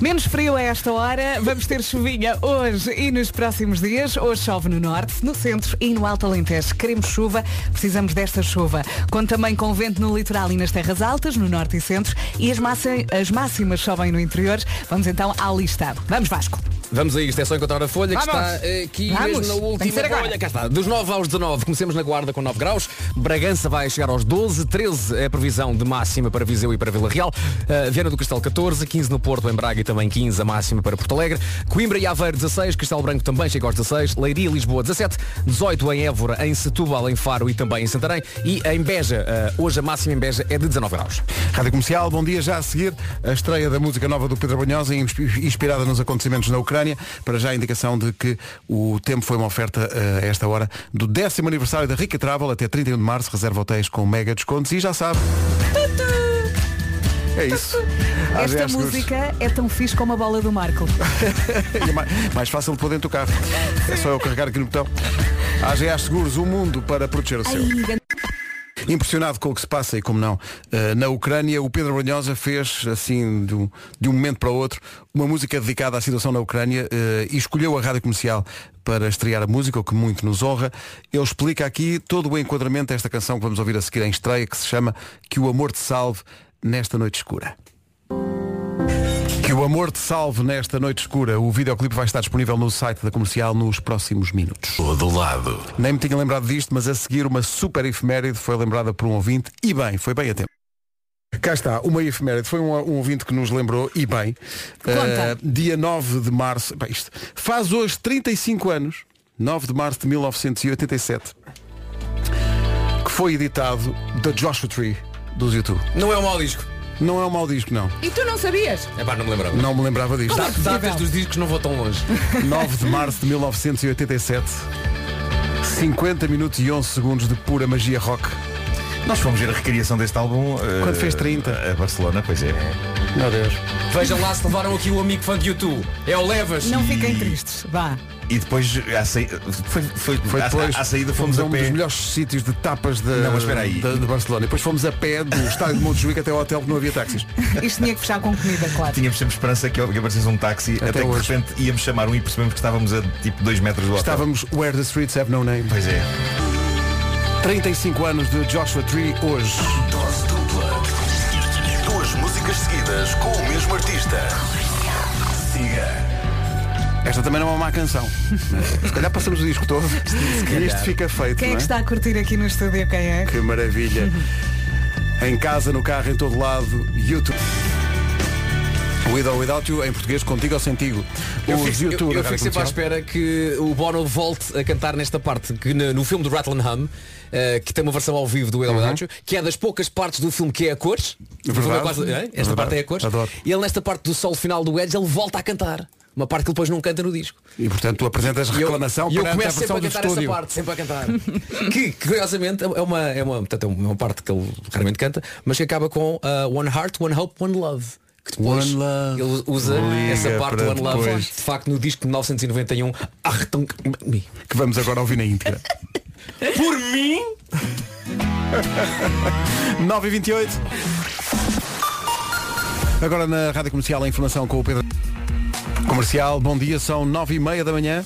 [SPEAKER 2] menos frio a esta hora. Vamos ter chuvinha hoje e nos próximos dias. Hoje chove no norte, no centro e no alto Alentejo. Queremos chuva, precisamos desta chuva. Conto também com vento no litoral e nas terras altas, no norte e centro. E as, máxi- as máximas sobem no interior. Vamos então à lista. Vamos, Vasco.
[SPEAKER 8] Vamos a isto, é só encontrar a folha que
[SPEAKER 2] Vamos.
[SPEAKER 8] está eh, aqui
[SPEAKER 2] Vamos.
[SPEAKER 8] mesmo na
[SPEAKER 2] Tem que
[SPEAKER 8] última
[SPEAKER 2] ser agora.
[SPEAKER 8] folha. Cá está. Dos 9 aos 19, comecemos na Guarda com 9 graus. Bragança vai chegar aos 12, 13 é a previsão de máxima para Viseu e para Vila Real. Eh, Viana do Castelo 14, 15 no Porto, em Braga e também 15 a máxima para Porto Alegre. Coimbra e Aveiro 16, Castelo Branco também chega aos 16, Leiria e Lisboa 17, 18 em Évora, em Setúbal, em Faro e também em Santarém e em Beja. eh, hoje a máxima em Beja é de 19 graus.
[SPEAKER 1] Rádio Comercial, bom dia. Já a seguir, a estreia da música nova do Pedro Banhosa, inspi- inspirada nos acontecimentos na Ucrânia. Para já a indicação de que o tempo foi uma oferta eh, a esta hora do décimo aniversário da Rica Travel até 31 de março. Reserva hotéis com mega descontos e já sabe. É isso. Às
[SPEAKER 2] Esta
[SPEAKER 1] 10 segundos.
[SPEAKER 2] música é tão fixe como a bola do Marco.
[SPEAKER 1] E é mais, mais fácil de pôr dentro do carro. É só eu carregar aqui no botão. AGA Seguros, o mundo para proteger o seu. Impressionado com o que se passa e como não, eh, na Ucrânia, o Pedro Brunhosa fez, assim, de um, de um momento para o outro, uma música dedicada à situação na Ucrânia eh, e escolheu a rádio comercial para estrear a música, o que muito nos honra. Ele explica aqui todo o enquadramento desta canção que vamos ouvir a seguir em estreia, que se chama Que o Amor te Salve nesta Noite Escura. Que o o amor te salve nesta noite escura. O videoclipe vai estar disponível no site da comercial nos próximos minutos.
[SPEAKER 11] Todo lado.
[SPEAKER 1] Nem me tinha lembrado disto, mas a seguir uma super efeméride foi lembrada por um ouvinte e bem, foi bem a tempo. Cá está, uma efeméride. Foi um, um ouvinte que nos lembrou, e bem,
[SPEAKER 12] Conta.
[SPEAKER 1] eh, dia 9 de março. pá, isto, faz hoje 35 anos, 9 de março de 1987, que foi editado The Joshua Tree dos YouTube.
[SPEAKER 8] Não é um mau disco.
[SPEAKER 1] Não é um mau disco, não.
[SPEAKER 2] E tu não sabias?
[SPEAKER 8] É pá, não me lembrava.
[SPEAKER 1] Não me lembrava disto.
[SPEAKER 8] Da- Datas dos discos não vou tão longe.
[SPEAKER 1] 9 de março de 1987. 50 minutos e 11 segundos de pura magia rock.
[SPEAKER 6] Nós fomos ver a recriação deste álbum. eh,
[SPEAKER 1] Quando fez 30.
[SPEAKER 6] A Barcelona, pois é.
[SPEAKER 1] Meu Deus.
[SPEAKER 8] Vejam lá se levaram aqui o amigo fã de YouTube. É o Levas.
[SPEAKER 2] Não fiquem tristes, vá.
[SPEAKER 6] E depois, à saída, foi, foi,
[SPEAKER 1] Foi
[SPEAKER 6] à-
[SPEAKER 1] depois,
[SPEAKER 6] à, saída fomos,
[SPEAKER 1] um
[SPEAKER 6] a
[SPEAKER 1] dos
[SPEAKER 6] pé.
[SPEAKER 1] melhores sítios de tapas de,
[SPEAKER 6] Não, mas espera aí.
[SPEAKER 1] de, de Barcelona. E depois fomos a pé do estádio de Montjuic até ao hotel que não havia táxis.
[SPEAKER 2] Isto tinha que fechar com comida, claro.
[SPEAKER 6] Tínhamos sempre esperança que que aparecesse um táxi, até, que de repente íamos chamar um e percebemos que estávamos a tipo 2 metros do hotel.
[SPEAKER 1] Estávamos Where the Streets Have No Name.
[SPEAKER 6] Pois é.
[SPEAKER 1] 35 anos de Joshua Tree hoje.
[SPEAKER 11] Dose dupla. Duas músicas seguidas com o mesmo artista. Siga.
[SPEAKER 1] Esta também não é uma má canção. (laughs) Se calhar passamos o disco todo e isto
[SPEAKER 2] calhar.
[SPEAKER 1] fica feito.
[SPEAKER 2] Quem é
[SPEAKER 1] não
[SPEAKER 2] que está a curtir aqui no estúdio? Quem é?
[SPEAKER 1] Que
[SPEAKER 2] (laughs)
[SPEAKER 1] maravilha. em casa, no carro, em todo lado, YouTube. With or without you, em português, contigo ou sentigo.
[SPEAKER 8] Eu
[SPEAKER 1] Os
[SPEAKER 8] fico,
[SPEAKER 1] YouTube
[SPEAKER 8] eu,
[SPEAKER 1] da
[SPEAKER 8] eu
[SPEAKER 1] Rádio
[SPEAKER 8] fico sempre à
[SPEAKER 1] Comercial.
[SPEAKER 8] espera que o Bono volte a cantar nesta parte, que no, no filme do Rattle and Hum, eh, que tem uma versão ao vivo do El Adagio, que é das poucas partes do filme que é a cores. O filme
[SPEAKER 1] Uhum. Verdade.
[SPEAKER 8] é quase- é? Esta
[SPEAKER 1] Verdade.
[SPEAKER 8] parte é a cores.
[SPEAKER 1] Adoro.
[SPEAKER 8] E ele nesta parte do solo final do Edge, ele volta a cantar. Uma parte que depois não canta no disco.
[SPEAKER 1] E portanto tu apresentas reclamação
[SPEAKER 8] E eu
[SPEAKER 1] perante a
[SPEAKER 8] começo sempre
[SPEAKER 1] versão
[SPEAKER 8] a
[SPEAKER 1] do
[SPEAKER 8] cantar essa
[SPEAKER 1] estúdio.
[SPEAKER 8] parte, sempre a cantar. (laughs) que, que, curiosamente é uma, é, uma, portanto, é uma parte que ele raramente canta, mas que acaba com ah, One Heart, One Hope, One Love. Que depois
[SPEAKER 1] One Love.
[SPEAKER 8] ele usa
[SPEAKER 1] Liga
[SPEAKER 8] essa parte do
[SPEAKER 1] para
[SPEAKER 8] One Love,
[SPEAKER 1] depois.
[SPEAKER 8] de facto, no disco de 1991, Achtung um, Me.
[SPEAKER 1] Que vamos agora ouvir na íntegra.
[SPEAKER 8] (laughs)
[SPEAKER 1] (laughs)
[SPEAKER 8] Por mim?
[SPEAKER 1] 9 e 28 Agora na Rádio Comercial a informação com o Pedro. Comercial, bom dia, são 9 e meia da manhã.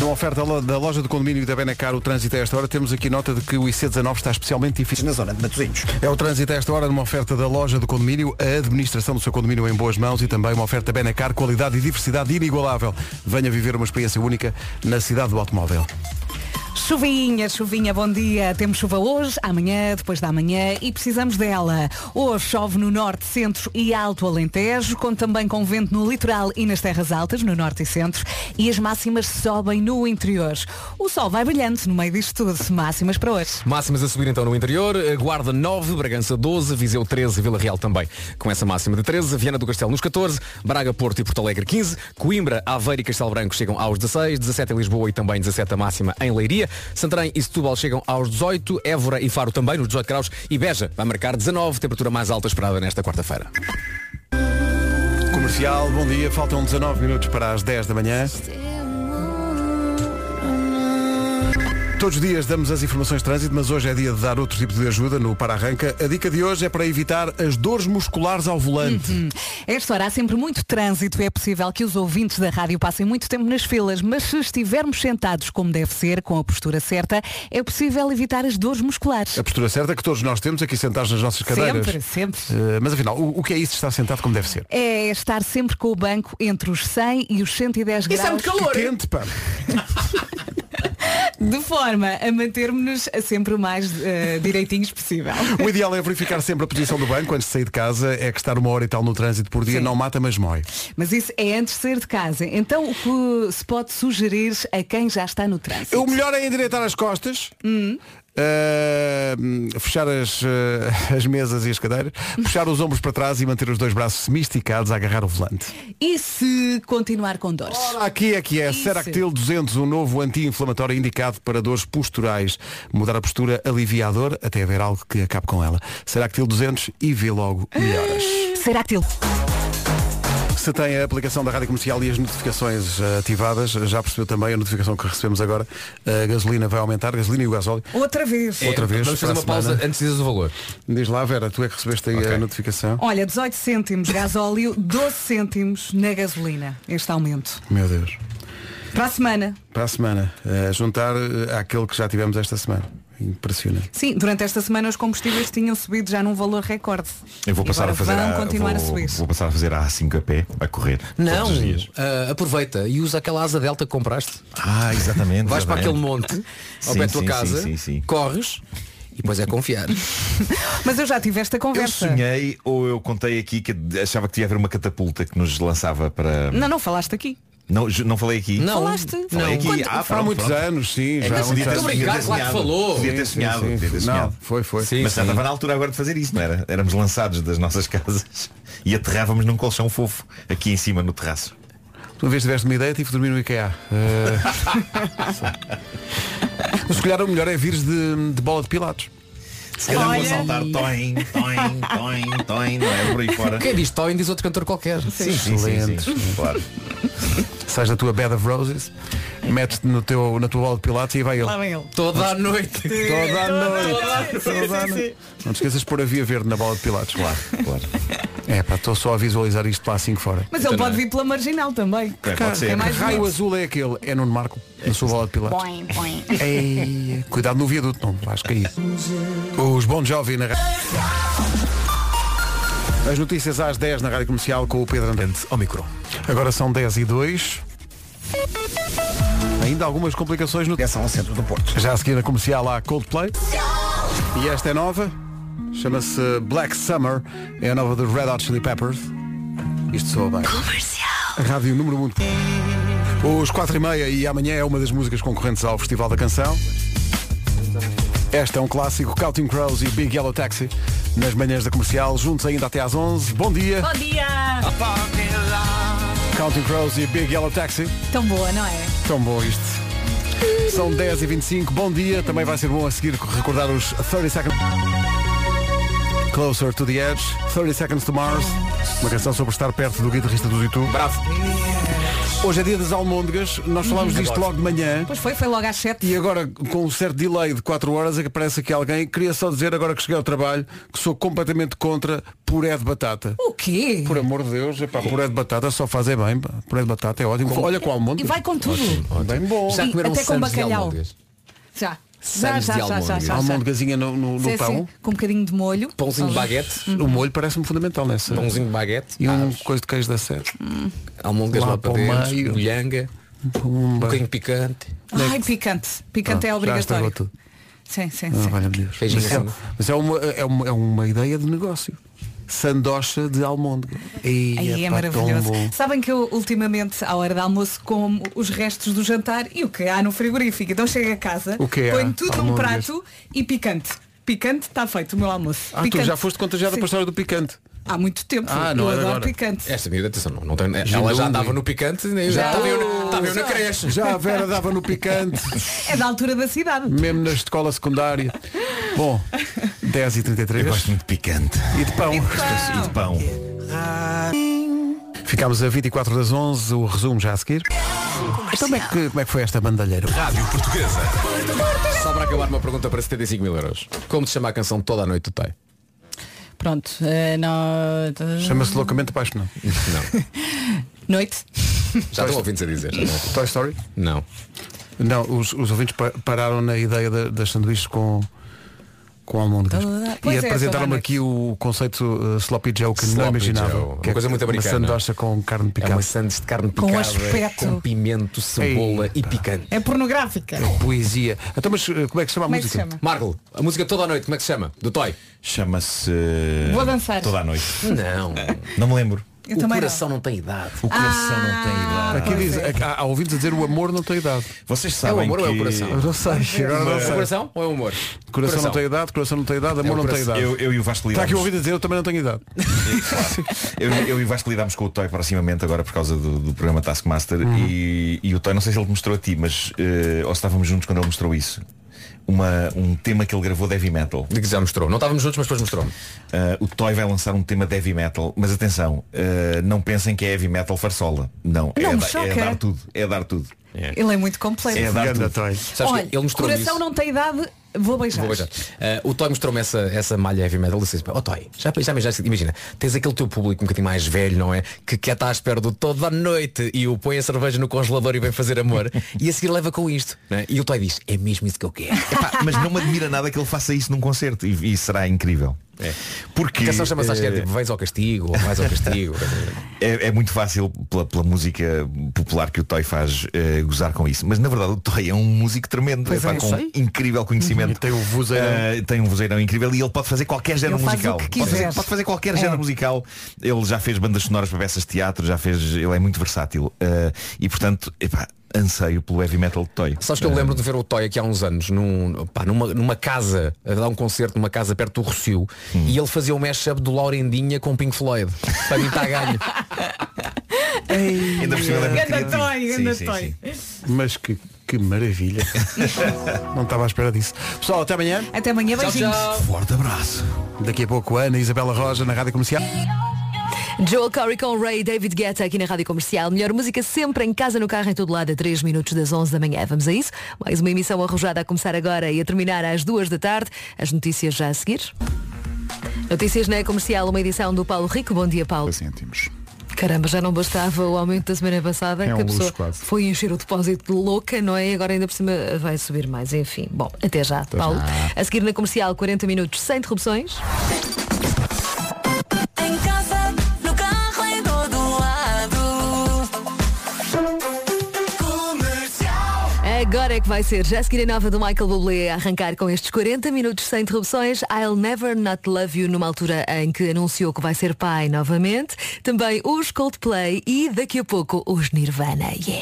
[SPEAKER 1] Numa oferta lo- da loja do condomínio da Benacar, o trânsito a esta hora, temos aqui nota de que o IC19 está especialmente difícil. Na zona de Matosinhos. É o trânsito a esta hora numa oferta da loja do condomínio, a administração do seu condomínio em boas mãos e também uma oferta Benacar, qualidade e diversidade inigualável. Venha viver uma experiência única na cidade do automóvel.
[SPEAKER 2] Chuvinha, chuvinha, bom dia. Temos chuva hoje, amanhã, depois da manhã e precisamos dela. Hoje chove no norte, centro e alto Alentejo, conta também com vento no litoral e nas terras altas, no norte e centro, e as máximas sobem no interior. O sol vai brilhante no meio disto tudo. Máximas para hoje.
[SPEAKER 8] Máximas a subir então no interior, eh, Guarda 9, Bragança 12, Viseu 13, Vila Real também com essa máxima de 13, Viana do Castelo nos 14, Braga, Porto e Porto Alegre 15, Coimbra, Aveiro e Castelo Branco chegam aos 16, 17 em Lisboa e também 17 a máxima em Leiria, Santarém e Setúbal chegam aos 18, Évora e Faro também nos 18 graus e Beja vai marcar 19, temperatura mais alta esperada nesta quarta-feira.
[SPEAKER 1] Comercial, bom dia. Faltam 19 minutos para as 10 da manhã. Todos os dias damos as informações de trânsito, mas hoje é dia de dar outro tipo de ajuda no Para-Arranca. A dica de hoje é para evitar as dores musculares ao volante.
[SPEAKER 2] Hum. A Esta hora há sempre muito trânsito. É possível que os ouvintes da rádio passem muito tempo nas filas, mas se estivermos sentados como deve ser, com a postura certa, é possível evitar as dores musculares.
[SPEAKER 1] A postura certa que todos nós temos aqui sentados nas nossas cadeiras.
[SPEAKER 2] Sempre, sempre.
[SPEAKER 1] Eh, mas afinal, o, o que é isso de estar sentado como deve ser?
[SPEAKER 2] É estar sempre com o banco entre os 100 e os 110
[SPEAKER 1] Isso é
[SPEAKER 2] graus.
[SPEAKER 1] muito calor. Que quente, pá.
[SPEAKER 2] De forma a manter-nos sempre o mais eh, direitinhos possível.
[SPEAKER 1] O ideal é verificar sempre a posição do banco antes de sair de casa. É que estar uma hora e tal no trânsito por dia não mata, mas mói.
[SPEAKER 2] Mas isso é antes de sair de casa. Então o que se pode sugerir a quem já está no trânsito?
[SPEAKER 1] O melhor é endireitar as costas. Uh, fechar as, uh, as mesas e as cadeiras, puxar os ombros para trás e manter os dois braços semisticados a agarrar o volante.
[SPEAKER 2] E se continuar com dores?
[SPEAKER 1] Ora, Aqui é que é
[SPEAKER 2] Isso.
[SPEAKER 1] Seractil 200, um novo anti-inflamatório indicado para dores posturais. Mudar a postura alivia a dor até haver algo que acabe com ela. Seractil 200 e vê logo melhoras.
[SPEAKER 2] Será que ele...
[SPEAKER 1] Se tem a aplicação da Rádio Comercial e as notificações eh, ativadas, já percebeu também a notificação que recebemos agora. A gasolina vai aumentar, a gasolina e o gasóleo.
[SPEAKER 2] Outra vez.
[SPEAKER 1] Outra vez.
[SPEAKER 8] vamos fazer
[SPEAKER 1] para a
[SPEAKER 8] uma pausa
[SPEAKER 1] semana.
[SPEAKER 8] antes de dizeres o valor.
[SPEAKER 1] Diz lá, Vera, tu é que recebeste aí a notificação.
[SPEAKER 2] Olha, 18 cêntimos gasóleo, 12 cêntimos na gasolina. Este aumento.
[SPEAKER 1] Meu Deus.
[SPEAKER 2] Para a semana.
[SPEAKER 1] Para a semana, eh, juntar eh, àquele que já tivemos esta semana. Impressionante.
[SPEAKER 2] Sim, durante esta semana os combustíveis tinham subido já num valor recorde.
[SPEAKER 6] Eu vou
[SPEAKER 2] E
[SPEAKER 6] passar
[SPEAKER 2] agora
[SPEAKER 6] a fazer
[SPEAKER 2] vão
[SPEAKER 6] a,
[SPEAKER 2] continuar
[SPEAKER 6] vou,
[SPEAKER 2] a subir.
[SPEAKER 6] vou passar a fazer a 5 a pé, a correr.
[SPEAKER 8] Não,
[SPEAKER 6] todos os dias.
[SPEAKER 8] ah, aproveita e usa aquela asa delta que compraste.
[SPEAKER 6] Ah, exatamente.
[SPEAKER 8] Vais para
[SPEAKER 6] exatamente.
[SPEAKER 8] aquele monte, ao
[SPEAKER 6] Sim,
[SPEAKER 8] pé da tua
[SPEAKER 6] sim,
[SPEAKER 8] casa,
[SPEAKER 6] sim, sim, sim.
[SPEAKER 8] corres e depois é confiar.
[SPEAKER 2] Mas eu já tive esta
[SPEAKER 6] Eu
[SPEAKER 2] conversa.
[SPEAKER 6] sonhei ou eu contei aqui que achava que tinha a haver uma catapulta que nos lançava para.
[SPEAKER 2] Não, não falaste aqui.
[SPEAKER 6] Não, ju- não falei aqui.
[SPEAKER 2] Não. Falaste.
[SPEAKER 6] Falei
[SPEAKER 2] Não.
[SPEAKER 6] aqui.
[SPEAKER 2] Quanto-
[SPEAKER 6] Ah,
[SPEAKER 1] Há
[SPEAKER 6] pronto,
[SPEAKER 1] muitos
[SPEAKER 6] pronto.
[SPEAKER 1] anos, sim.
[SPEAKER 6] É que
[SPEAKER 1] já
[SPEAKER 6] podia
[SPEAKER 1] há muitos
[SPEAKER 6] ter-
[SPEAKER 1] anos.
[SPEAKER 6] podia ter sonhado. Podia ter
[SPEAKER 1] Sim,
[SPEAKER 6] sonhado.
[SPEAKER 1] sim,
[SPEAKER 6] podia
[SPEAKER 1] sim.
[SPEAKER 6] ter
[SPEAKER 1] Não,
[SPEAKER 6] sonhado.
[SPEAKER 1] foi, foi.
[SPEAKER 6] Mas já estava na altura agora de fazer isso, não era? Éramos lançados das nossas (laughs) casas e aterrávamos num colchão fofo aqui em cima no terraço.
[SPEAKER 1] Uma vez tiveste uma ideia, tive de dormir no IKEA. Uh... (laughs) Se calhar o melhor é vires de, de bola de pilates.
[SPEAKER 6] Se calhar vou
[SPEAKER 1] Olha.
[SPEAKER 6] saltar toim, toim, toim, toim, não é por aí fora.
[SPEAKER 8] Quem diz Toin diz outro cantor qualquer.
[SPEAKER 6] Sim, sim, sim, sim, sim, claro.
[SPEAKER 1] Sais da tua bed of roses, metes-te no teu, na tua bola de pilates e vai ele.
[SPEAKER 8] Toda a noite.
[SPEAKER 1] Toda a noite.
[SPEAKER 8] Toda a
[SPEAKER 1] Toda a noite. Não te esqueças de pôr a via verde na bola de pilates. Claro,
[SPEAKER 6] claro.
[SPEAKER 1] É, pá, estou só a visualizar isto para assim que fora.
[SPEAKER 2] Mas ele pode vir pela marginal também.
[SPEAKER 1] Cara,
[SPEAKER 2] É
[SPEAKER 1] que
[SPEAKER 2] mais
[SPEAKER 1] raio
[SPEAKER 2] um.
[SPEAKER 1] azul é aquele? É Nuno Marco, na sua bola de pilates.
[SPEAKER 2] Boing, boing.
[SPEAKER 1] Ei, cuidado no viaduto, não vais cair. Os Bon Jovi na As notícias às 10 na Rádio Comercial com o Pedro Andrante
[SPEAKER 3] ao micro.
[SPEAKER 1] Agora são 10 e 2. Ainda algumas complicações no...
[SPEAKER 4] Direção ao centro do Porto.
[SPEAKER 1] Já a seguir na Comercial há Coldplay. E esta é nova. Chama-se Black Summer. É a nova de Red Hot Chili Peppers. Isto soa bem. Rádio Número 1. Os 4 e meia e amanhã é uma das músicas concorrentes ao Festival da Canção. Este é um clássico, Counting Crows e Big Yellow Taxi. Nas manhãs da comercial, juntos ainda até às 11. Bom dia,
[SPEAKER 2] Bom dia!
[SPEAKER 1] Counting Crows e Big Yellow Taxi.
[SPEAKER 2] Tão boa, não é?
[SPEAKER 1] Tão bom isto. São 10h25, bom dia. Também vai ser bom a seguir recordar os 30 Seconds. Closer to the Edge, 30 Seconds to Mars. Uma canção sobre estar perto do guitarrista do YouTube.
[SPEAKER 8] Bravo.
[SPEAKER 1] Hoje é dia das almôndegas, nós falámos
[SPEAKER 2] Hum.
[SPEAKER 1] disto
[SPEAKER 2] Adoro.
[SPEAKER 1] logo de manhã.
[SPEAKER 2] Pois foi, foi logo às 7.
[SPEAKER 1] E agora, com um certo delay de 4 horas, é que aparece aqui alguém. Queria só dizer, agora que cheguei ao trabalho, que sou completamente contra puré de batata.
[SPEAKER 2] O quê?
[SPEAKER 1] Por amor de Deus, epá, puré de batata só fazer bem. pá. Puré de batata é ótimo. Olha com almôndegas.
[SPEAKER 2] E vai com tudo.
[SPEAKER 1] Ótimo, ótimo. Bem bom.
[SPEAKER 2] Já E comeram
[SPEAKER 8] um
[SPEAKER 2] até com sandes de bacalhau. almôndegas? Já. Já,
[SPEAKER 1] Sandes
[SPEAKER 2] já,
[SPEAKER 1] de
[SPEAKER 2] já, já, já. já.
[SPEAKER 1] Almôndegazinha no, no, no
[SPEAKER 2] Sim, Uhum.
[SPEAKER 1] pão.
[SPEAKER 2] sim, Com um bocadinho de molho.
[SPEAKER 8] Pãozinho de
[SPEAKER 2] Talvez.
[SPEAKER 8] baguete.
[SPEAKER 1] O molho parece-me fundamental nessa.
[SPEAKER 8] Pãozinho de baguete.
[SPEAKER 1] E um coisa de queijo da sede.
[SPEAKER 8] Almôndegas lá, para dentro, molhanga,
[SPEAKER 2] Uhum.
[SPEAKER 8] um
[SPEAKER 1] Pumba.
[SPEAKER 8] bocadinho picante.
[SPEAKER 2] Ai, picante. Picante
[SPEAKER 1] Pronto,
[SPEAKER 2] é
[SPEAKER 1] já estragou
[SPEAKER 2] obrigatório.
[SPEAKER 1] tudo.
[SPEAKER 2] Sim, sim,
[SPEAKER 1] Ah,
[SPEAKER 2] sim.
[SPEAKER 1] valha-me Deus.
[SPEAKER 8] Feijinho
[SPEAKER 1] Mas, é,
[SPEAKER 8] assim.
[SPEAKER 1] mas é uma, é, uma, é uma ideia de negócio. Sandocha de almôndega. Ei,
[SPEAKER 2] Aí é
[SPEAKER 1] pá, tão
[SPEAKER 2] maravilhoso.
[SPEAKER 1] bom.
[SPEAKER 2] Sabem que eu ultimamente, à hora do almoço, como os restos do jantar e o que há no frigorífico. Então chego a casa,
[SPEAKER 1] O que há?
[SPEAKER 2] ponho tudo num
[SPEAKER 1] Almôndegas.
[SPEAKER 2] prato e picante. Picante, está feito o meu almoço.
[SPEAKER 1] Ah, tu
[SPEAKER 2] Picante.
[SPEAKER 1] já foste contagiada
[SPEAKER 2] Sim.
[SPEAKER 1] para a história do picante.
[SPEAKER 2] Há muito tempo.
[SPEAKER 1] Ah, não
[SPEAKER 2] eu
[SPEAKER 1] é
[SPEAKER 2] adoro
[SPEAKER 1] agora.
[SPEAKER 2] picante.
[SPEAKER 8] Esta miúda, atenção, não, não tem, ela
[SPEAKER 1] Gilda
[SPEAKER 8] já
[SPEAKER 1] Uli.
[SPEAKER 8] andava no picante, né?
[SPEAKER 2] Já.
[SPEAKER 8] já estava eu, estava eu na creche.
[SPEAKER 1] Já a Vera dava no picante,
[SPEAKER 2] É da altura da cidade.
[SPEAKER 1] mesmo na escola secundária. Bom, 10h33.
[SPEAKER 6] Eu gosto muito de picante.
[SPEAKER 1] E de pão.
[SPEAKER 6] E
[SPEAKER 2] Ah,
[SPEAKER 6] de pão.
[SPEAKER 1] Ficámos a 24 das 11, o resumo já a seguir. Então, como é que, como é que foi esta bandalheira?
[SPEAKER 11] Rádio Portuguesa.
[SPEAKER 8] Só para acabar uma pergunta para 75 mil euros. Como se chama a canção Toda a Noite do Tai?
[SPEAKER 2] Pronto. eh, no-
[SPEAKER 1] Chama-se loucamente apaixonado.
[SPEAKER 8] Não.
[SPEAKER 2] Noite.
[SPEAKER 8] Já estão ouvintes a dizer. já estão-
[SPEAKER 1] Toy Story?
[SPEAKER 8] Não.
[SPEAKER 1] Não, os, os ouvintes pa- pararam na ideia da- das sanduíches com com almôndegas.
[SPEAKER 2] Toda-
[SPEAKER 1] E
[SPEAKER 2] Pois é,
[SPEAKER 1] apresentaram-me
[SPEAKER 2] toda a
[SPEAKER 1] aqui o conceito uh, sloppy Joe que não
[SPEAKER 8] Sloppy
[SPEAKER 1] imaginava.
[SPEAKER 8] Joe. Uma
[SPEAKER 1] que é
[SPEAKER 8] coisa muito
[SPEAKER 1] Uma
[SPEAKER 8] americana.
[SPEAKER 1] sandocha com carne
[SPEAKER 8] É
[SPEAKER 1] picada.
[SPEAKER 8] uma sandes de carne
[SPEAKER 2] Com
[SPEAKER 8] picada,
[SPEAKER 2] aspecto.
[SPEAKER 8] com pimento, cebola e picante.
[SPEAKER 2] É pornográfica.
[SPEAKER 1] Poesia. Então, mas uh, como é que se chama a
[SPEAKER 2] Como é que se
[SPEAKER 1] música?
[SPEAKER 2] chama?
[SPEAKER 8] Margo, a música Toda a Noite, como é que se chama? Do Toy?
[SPEAKER 6] Chama-se.
[SPEAKER 2] Vou dançar.
[SPEAKER 6] Toda a noite.
[SPEAKER 8] Não.
[SPEAKER 6] Não me lembro.
[SPEAKER 2] Eu
[SPEAKER 8] o
[SPEAKER 2] também
[SPEAKER 8] coração não. tem idade.
[SPEAKER 6] O coração não tem idade.
[SPEAKER 1] Aqui diz,
[SPEAKER 2] é.
[SPEAKER 1] há, há ouvintes a dizer o amor não tem idade.
[SPEAKER 6] Vocês
[SPEAKER 8] É o
[SPEAKER 6] sabem
[SPEAKER 8] amor
[SPEAKER 6] que...
[SPEAKER 8] ou é o coração?
[SPEAKER 1] Eu não sei, agora não
[SPEAKER 8] É o
[SPEAKER 1] sei. Coração,
[SPEAKER 8] coração ou é o amor?
[SPEAKER 1] não tem idade, coração não tem idade,
[SPEAKER 8] É
[SPEAKER 1] amor
[SPEAKER 8] o
[SPEAKER 1] não tem
[SPEAKER 8] coração.
[SPEAKER 1] idade.
[SPEAKER 6] Eu, eu e o Vasco
[SPEAKER 1] Está
[SPEAKER 6] lidámos,
[SPEAKER 1] aqui um ouvinte a dizer, eu também não tenho
[SPEAKER 8] (laughs)
[SPEAKER 1] idade.
[SPEAKER 6] eu, eu e o Vasco lidámos com o Toy proximamente agora por causa do, do programa Taskmaster e, e o Toy, não sei se ele te mostrou a ti, mas eh, ou se estávamos juntos quando ele mostrou isso. Uma, um tema que ele gravou de heavy metal.
[SPEAKER 8] De que já mostrou. Não estávamos juntos, mas depois mostrou-me.
[SPEAKER 6] Uh, o Toy vai lançar um tema de heavy metal, mas eh, atenção, uh, não pensem que é heavy metal farsola. Não,
[SPEAKER 2] Não
[SPEAKER 6] é,
[SPEAKER 2] me
[SPEAKER 6] da- é
[SPEAKER 2] choca.
[SPEAKER 6] dar tudo, é dar tudo.
[SPEAKER 13] Ele é muito completo.
[SPEAKER 8] É dar tudo. Sabes que
[SPEAKER 13] Olha,
[SPEAKER 8] ele mostrou
[SPEAKER 13] coração
[SPEAKER 8] isso.
[SPEAKER 13] não tem idade, vou beijar.
[SPEAKER 8] Vou beijar. Ah, o Toy mostrou-me essa, essa malha heavy metal. Eu disse, oh Toy, já, já, já, imagina, tens aquele teu público um bocadinho mais velho, não é? Que quer estar à espera do todo à noite e o põe a cerveja no congelador e vem fazer (laughs) amor. e a seguir leva com isto. não é? E o Toy diz, é mesmo isso que eu quero.
[SPEAKER 6] Epá, mas não me admira nada que ele faça isso num concerto e, e será incrível. Porque
[SPEAKER 8] A canção chama-se, acho que é
[SPEAKER 6] eh,
[SPEAKER 8] tipo, vais ao castigo, ou vais ao castigo.
[SPEAKER 6] É, é muito fácil pela, pela música popular que o Toy faz eh, gozar com isso. Mas na verdade o Toy é um músico tremendo,
[SPEAKER 8] Pois
[SPEAKER 6] epá,
[SPEAKER 8] é, Uhum.
[SPEAKER 6] com um
[SPEAKER 8] sei.
[SPEAKER 6] incrível conhecimento. tem um vozeirão. tem um vozeirão incrível e ele pode fazer qualquer género
[SPEAKER 8] Ele faz o
[SPEAKER 6] musical.
[SPEAKER 8] que
[SPEAKER 6] Pode fazer,
[SPEAKER 8] quiser.
[SPEAKER 6] pode fazer qualquer
[SPEAKER 8] É.
[SPEAKER 6] género musical. Ele já fez bandas sonoras para peças de teatro, já fez. Ele é muito versátil. Eh, e portanto, epá, anseio pelo heavy metal de Toy.
[SPEAKER 8] Sabes que eu
[SPEAKER 6] Eh,
[SPEAKER 8] lembro de ver o Toy aqui há uns anos num- pá, numa, numa casa, a dar um concerto numa casa perto do Rocio e ele fazia o mashup do Laurendinha com o Pink Floyd. Para mim está ganho.
[SPEAKER 6] Ainda por
[SPEAKER 8] um
[SPEAKER 6] cima ele é muito criativo. Sim, sim, sim.
[SPEAKER 1] Mas que, que
[SPEAKER 2] (laughs)
[SPEAKER 1] maravilha. Não estava à espera disso. Pessoal, até amanhã.
[SPEAKER 13] Até amanhã, beijinhos.
[SPEAKER 1] Forte abraço. Daqui a pouco, Ana e Isabela Roja na Rádio Comercial.
[SPEAKER 2] Joel Corey com Ray, David Guetta aqui na Rádio Comercial. Melhor música sempre, em casa, no carro, em todo lado, a 3 minutos das 11 da manhã. Vamos a isso? Mais uma emissão arrojada a começar agora e a terminar às 2 da tarde. As notícias já a seguir. Notícias na Comercial, uma edição do Paulo Rico. Bom dia, Paulo.
[SPEAKER 14] Cêntimos.
[SPEAKER 2] Caramba, já não bastava o aumento da semana passada,
[SPEAKER 14] É um
[SPEAKER 2] que a
[SPEAKER 14] luxo,
[SPEAKER 2] pessoa
[SPEAKER 14] quase.
[SPEAKER 2] foi encher o depósito de louca, não é? E agora ainda por cima vai subir mais. Enfim, bom, até já, (laughs) Paulo. A seguir na comercial, 40 minutos sem interrupções.
[SPEAKER 7] Em casa, no carro, em todo lado. Comercial.
[SPEAKER 2] Agora é que vai ser. Já a seguir a nova do Michael Bublé a arrancar com estes 40 minutos sem interrupções. I'll Never Not Love You, numa altura em que anunciou que vai ser pai novamente. Também os Coldplay e daqui a pouco os Nirvana. Yeah!